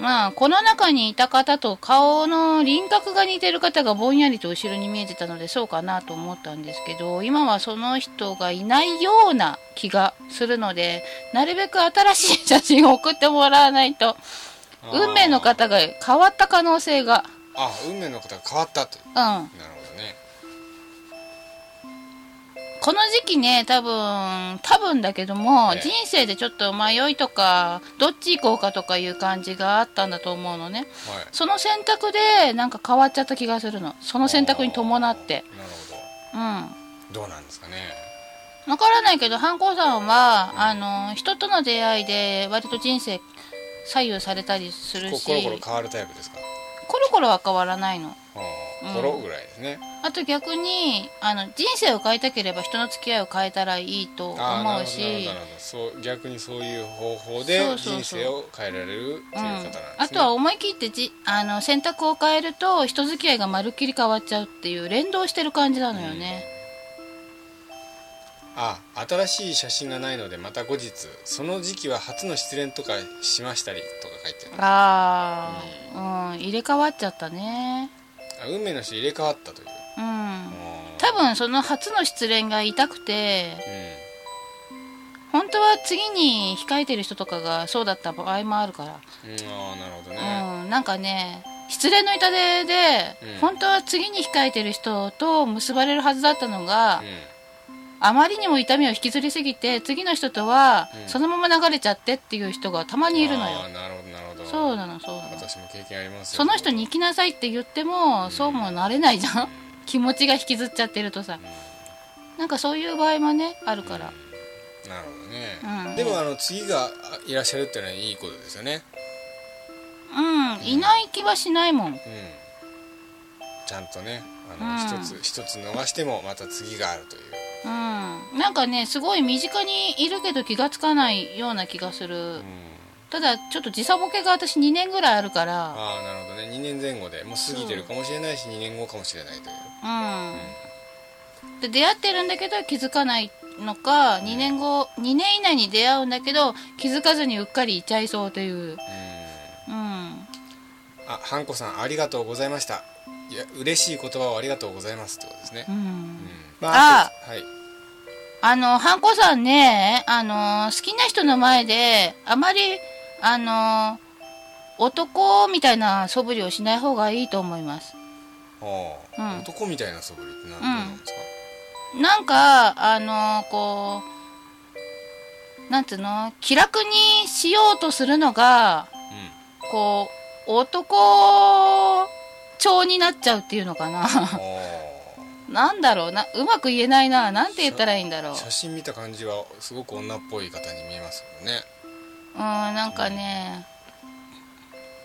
Speaker 2: まあこの中にいた方と顔の輪郭が似てる方がぼんやりと後ろに見えてたのでそうかなと思ったんですけど今はその人がいないような気がするのでなるべく新しい写真を送ってもらわないと
Speaker 1: あー
Speaker 2: 運命の方が変わった可能性が
Speaker 1: あ運命の方が変わったと
Speaker 2: うん
Speaker 1: なるほどね
Speaker 2: この時期ね多分多分だけども、
Speaker 1: ええ
Speaker 2: 人生でちょっと迷いとかどっち行こうかとかいう感じがあったんだと思うのね
Speaker 1: はい
Speaker 2: その選択でなんか変わっちゃった気がするのそ
Speaker 1: こ
Speaker 2: の選択に伴って
Speaker 1: なる
Speaker 2: うん
Speaker 1: ほどどうなんですかね
Speaker 2: わからないけどハンコさんは、あの人との出会いで割と人生左右されたりする
Speaker 1: こ
Speaker 2: し
Speaker 1: コロコロ変わるタイプですか
Speaker 2: コロコロは変わらないの
Speaker 1: あ頃ぐらいですね、
Speaker 2: あと逆にあの人生を変えたければ人の付き合いを変えたらいいと
Speaker 1: ああな
Speaker 2: 思
Speaker 1: る
Speaker 2: う
Speaker 1: ほどなるほ
Speaker 2: し
Speaker 1: どなるほどそう逆にそういう方法で
Speaker 2: そうそうそう
Speaker 1: 人生を変えられるっていう方なんですね、
Speaker 2: うん、あとは思い切ってじあの選択を変えると人付き合いがまるっきり変わっちゃうっていう連動してる感じなのよね、
Speaker 1: あ新しい写真がないのでまた後日その時期は初の失恋とかしましたりとか書いてある
Speaker 2: ああ、うん、入れ替わっちゃったね
Speaker 1: あ運命の人入れ替わったという
Speaker 2: うん
Speaker 1: 多
Speaker 2: 多分その初の失恋が痛くて
Speaker 1: う
Speaker 2: 本当は次に控えてる人とかがそうだった場合もあるから
Speaker 1: ん、うん、ああなるほどね、
Speaker 2: うん、なんかね失恋の痛手で、
Speaker 1: うん
Speaker 2: 本当は次に控えてる人と結ばれるはずだったのが、
Speaker 1: う
Speaker 2: あまりにも痛みを引きずりすぎて次の人とは
Speaker 1: うん
Speaker 2: そのまま流れちゃってっていう人がたま
Speaker 1: ん、
Speaker 2: にいるの
Speaker 1: ああ
Speaker 2: よ、
Speaker 1: なるほどなるほど
Speaker 2: そうなのそうなの
Speaker 1: 私も経験ありますよ
Speaker 2: その人に行きなさいって言っても、
Speaker 1: ん
Speaker 2: そうもなれないじゃん 気持ちが引きずっちゃってるとさなんかそういう場合もねあるから、
Speaker 1: なるほどね、
Speaker 2: うん
Speaker 1: でもあの次があいらっしゃるってのはいいことですよね
Speaker 2: うん、いない気はしないもん
Speaker 1: うんちゃんとねあの、
Speaker 2: うん
Speaker 1: 一つ一つ逃してもまた次があるという
Speaker 2: うん、なんかねすごい身近にいるけど気がつかないような気がする、
Speaker 1: うん
Speaker 2: ただちょっと時差ボケが私2年ぐらいあるから
Speaker 1: ああなるほどね2年前後でもう過ぎてるかもしれないし2年後かもしれないという
Speaker 2: うんで出会ってるんだけど気づかないのか2年後2年以内に出会うんだけど気づかずにうっかりいちゃいそうという
Speaker 1: うん
Speaker 2: うん
Speaker 1: あハンコさんありがとうございましたいや嬉しい言葉をありがとうございますってことですね
Speaker 2: う、
Speaker 1: うん
Speaker 2: ん
Speaker 1: ま
Speaker 2: あ
Speaker 1: はい
Speaker 2: あのハンコさんねあの好きな人の前であまりあの男みたいな素振りをしない方がいいと思います
Speaker 1: ああ、
Speaker 2: うん
Speaker 1: 男みたいな素振りって何
Speaker 2: ん
Speaker 1: なんですか、
Speaker 2: なんかあのこうなんつうの気楽にしようとするのが
Speaker 1: うん
Speaker 2: こう男調になっちゃうっていうのかな なんだろうなうまく言えないななんて言ったらいいんだろ
Speaker 1: あ
Speaker 2: う
Speaker 1: あ写真見た感じはすごく女っぽい方に見えますよね
Speaker 2: うんなんかね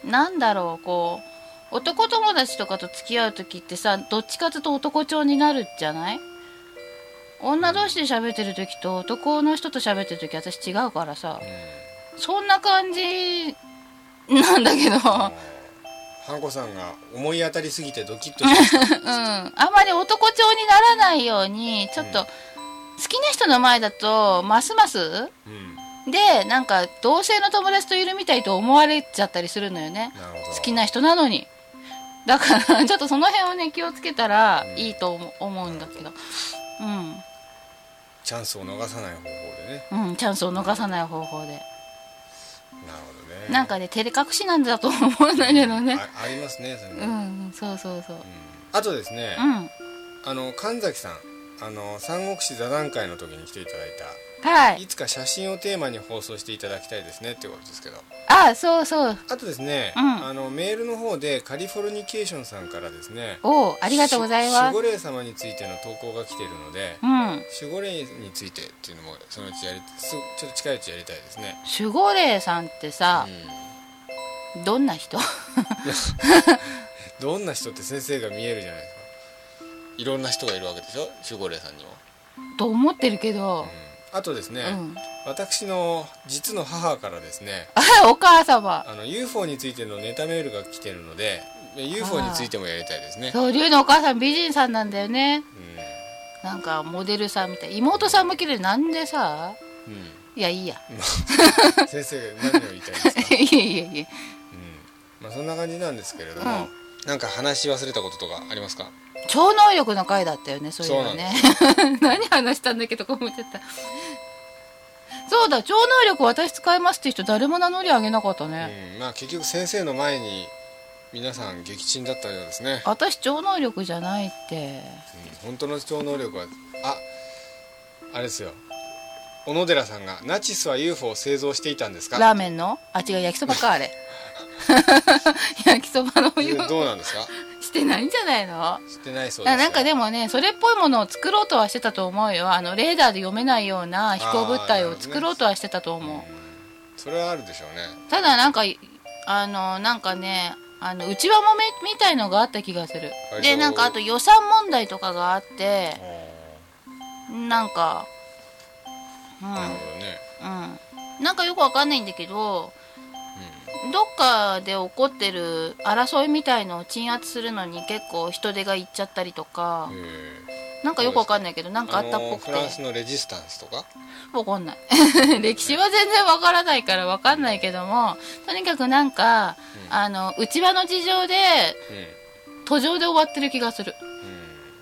Speaker 2: なんだろうこう男友達とかと付き合う時ってさどっちかというと男調になるじゃない女同士で喋ってる時と男の人と喋ってる時私違うからさ
Speaker 1: うん
Speaker 2: そんな感じなんだけど
Speaker 1: ああハンコさんが思い当たりすぎてドキッとし まし
Speaker 2: うん、あまり男調にならないようにちょっと、
Speaker 1: うん
Speaker 2: 好きな人の前だとますます
Speaker 1: た、うん、
Speaker 2: でなんか同性の友達といるみたいと思われちゃったりするのよね
Speaker 1: なるほど
Speaker 2: 好きな人なのにだからちょっとその辺をね気をつけたら
Speaker 1: うん
Speaker 2: いいと思う思うんだけどう
Speaker 1: チャンスを逃さない方法でね
Speaker 2: ん、うん、チャンスを逃さない方法で
Speaker 1: なるほどね
Speaker 2: なんかね照れ隠しなんだと思うんだけどね
Speaker 1: あありますねそれ
Speaker 2: う
Speaker 1: も
Speaker 2: んそうそうそう
Speaker 1: あとですね、
Speaker 2: うん
Speaker 1: あの神崎さんあの三国志座談会の時に来ていただい
Speaker 2: は
Speaker 1: た
Speaker 2: い
Speaker 1: いつか写真をテーマに放送していただきたいですねっていうことですけど
Speaker 2: あそうそう
Speaker 1: あとですね、
Speaker 2: うん
Speaker 1: あのメールの方でカリフォルニケーションさんからですね
Speaker 2: おうありがとうございま
Speaker 1: し
Speaker 2: す
Speaker 1: 守護霊様についての投稿が来ているので
Speaker 2: うん
Speaker 1: 守護霊についてっていうのもそのうちやりすちょっと近いうちやりたいですね、
Speaker 2: 守護霊さんってさ
Speaker 1: う、ん、
Speaker 2: どんな人
Speaker 1: どんな人って先生が見えるじゃないですかいろんな人がいるわけでしょ守護霊さんにも、
Speaker 2: と思ってるけど
Speaker 1: うん、あとですね、
Speaker 2: うん
Speaker 1: 私の実の母からですね
Speaker 2: あお母様
Speaker 1: あの UFO についてのネタメールが来てるので UFO についてもやりたいですね、
Speaker 2: そう龍のお母さん美人さんなんだよね
Speaker 1: う
Speaker 2: なんかモデルさんみたい妹さんも綺麗なんでさ
Speaker 1: ん
Speaker 2: いやいいや
Speaker 1: うん、先生が何を言いたいですか、
Speaker 2: いやいやいや
Speaker 1: うんまあ、そんな感じなんですけれども、なんか話し忘れたこととかありますか
Speaker 2: 超能力の回だったよねそういうのね 何話したんだっけとか思っちゃったそうだ超能力私使いますって人誰も名乗り上げなかったね、
Speaker 1: うんまあ、結局先生の前に皆さん撃沈だったようですね、
Speaker 2: 私超能力じゃないって
Speaker 1: うん、本当の超能力はああれですよ小野寺さんが「ナチスは UFO を製造していたんですか?」
Speaker 2: ラーメンのあ違う焼きそばかあれ 焼きそばのお湯
Speaker 1: どうなんですか
Speaker 2: してないんじゃないの
Speaker 1: 知ってないそうです
Speaker 2: あ
Speaker 1: よ
Speaker 2: なんかでもねそれっぽいものを作ろうとはしてたと思うよあのレーダーで読めないような飛行物体を作ろうとはしてたと思う、
Speaker 1: それはあるでしょうね
Speaker 2: ただなんかあのなんかねあの内輪もめみたいのがあった気がする
Speaker 1: はいそ
Speaker 2: で
Speaker 1: う
Speaker 2: なんかあと予算問題とかがあってなんかうん
Speaker 1: なるほどね
Speaker 2: うんなんかよくわかんないんだけどどっかで起こってる争いみたいのを鎮圧するのに結構人手がいっちゃったりとか
Speaker 1: うん、え
Speaker 2: なんかよくわかんないけどなんかあったっぽ
Speaker 1: フ
Speaker 2: くて
Speaker 1: ランスのレジスタンスとか
Speaker 2: わかんない 歴史は全然わからないからわかんないけどもとにかくなんか、
Speaker 1: うん
Speaker 2: あの内輪の事情で
Speaker 1: うん、うん
Speaker 2: 途上で終わってる気がする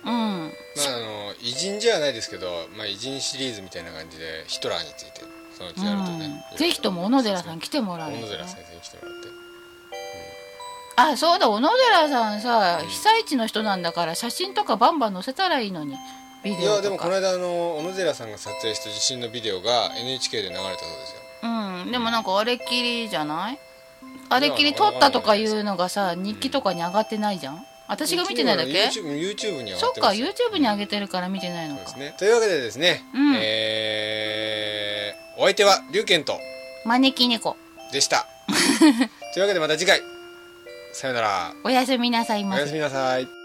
Speaker 2: うん
Speaker 1: まああの偉人じゃないですけど、まあ、偉人シリーズみたいな感じでヒトラーについてそのうちやるとね、
Speaker 2: うん、ぜひとも小野寺さん来てもら
Speaker 1: 小
Speaker 2: う、ね
Speaker 1: 野、寺先生に来てもらって
Speaker 2: あそうだ小野寺さんさ、
Speaker 1: うん
Speaker 2: 被災地の人なんだから写真とかバンバン載せたらいいのにビ
Speaker 1: い
Speaker 2: デオとか
Speaker 1: やでもこの間あの小野寺さんが撮影した地震のビデオが NHK で流れたそうですよ
Speaker 2: うんでもなんかあれっきりじゃないあれっきり撮ったとかいうのがさ日記とかに上がってないじゃん私が見てないだけ
Speaker 1: YouTube, YouTube に上が
Speaker 2: そ
Speaker 1: っ
Speaker 2: ってか
Speaker 1: ますよ
Speaker 2: YouTube に上げてるから見てないの
Speaker 1: そうで
Speaker 2: か、
Speaker 1: すねというわけでですね、
Speaker 2: うん
Speaker 1: えーお相手は龍賢と
Speaker 2: 招き猫
Speaker 1: でした というわけでまた次回さよなら
Speaker 2: おやすみなさい
Speaker 1: お
Speaker 2: ま
Speaker 1: や
Speaker 2: せ
Speaker 1: すみなさい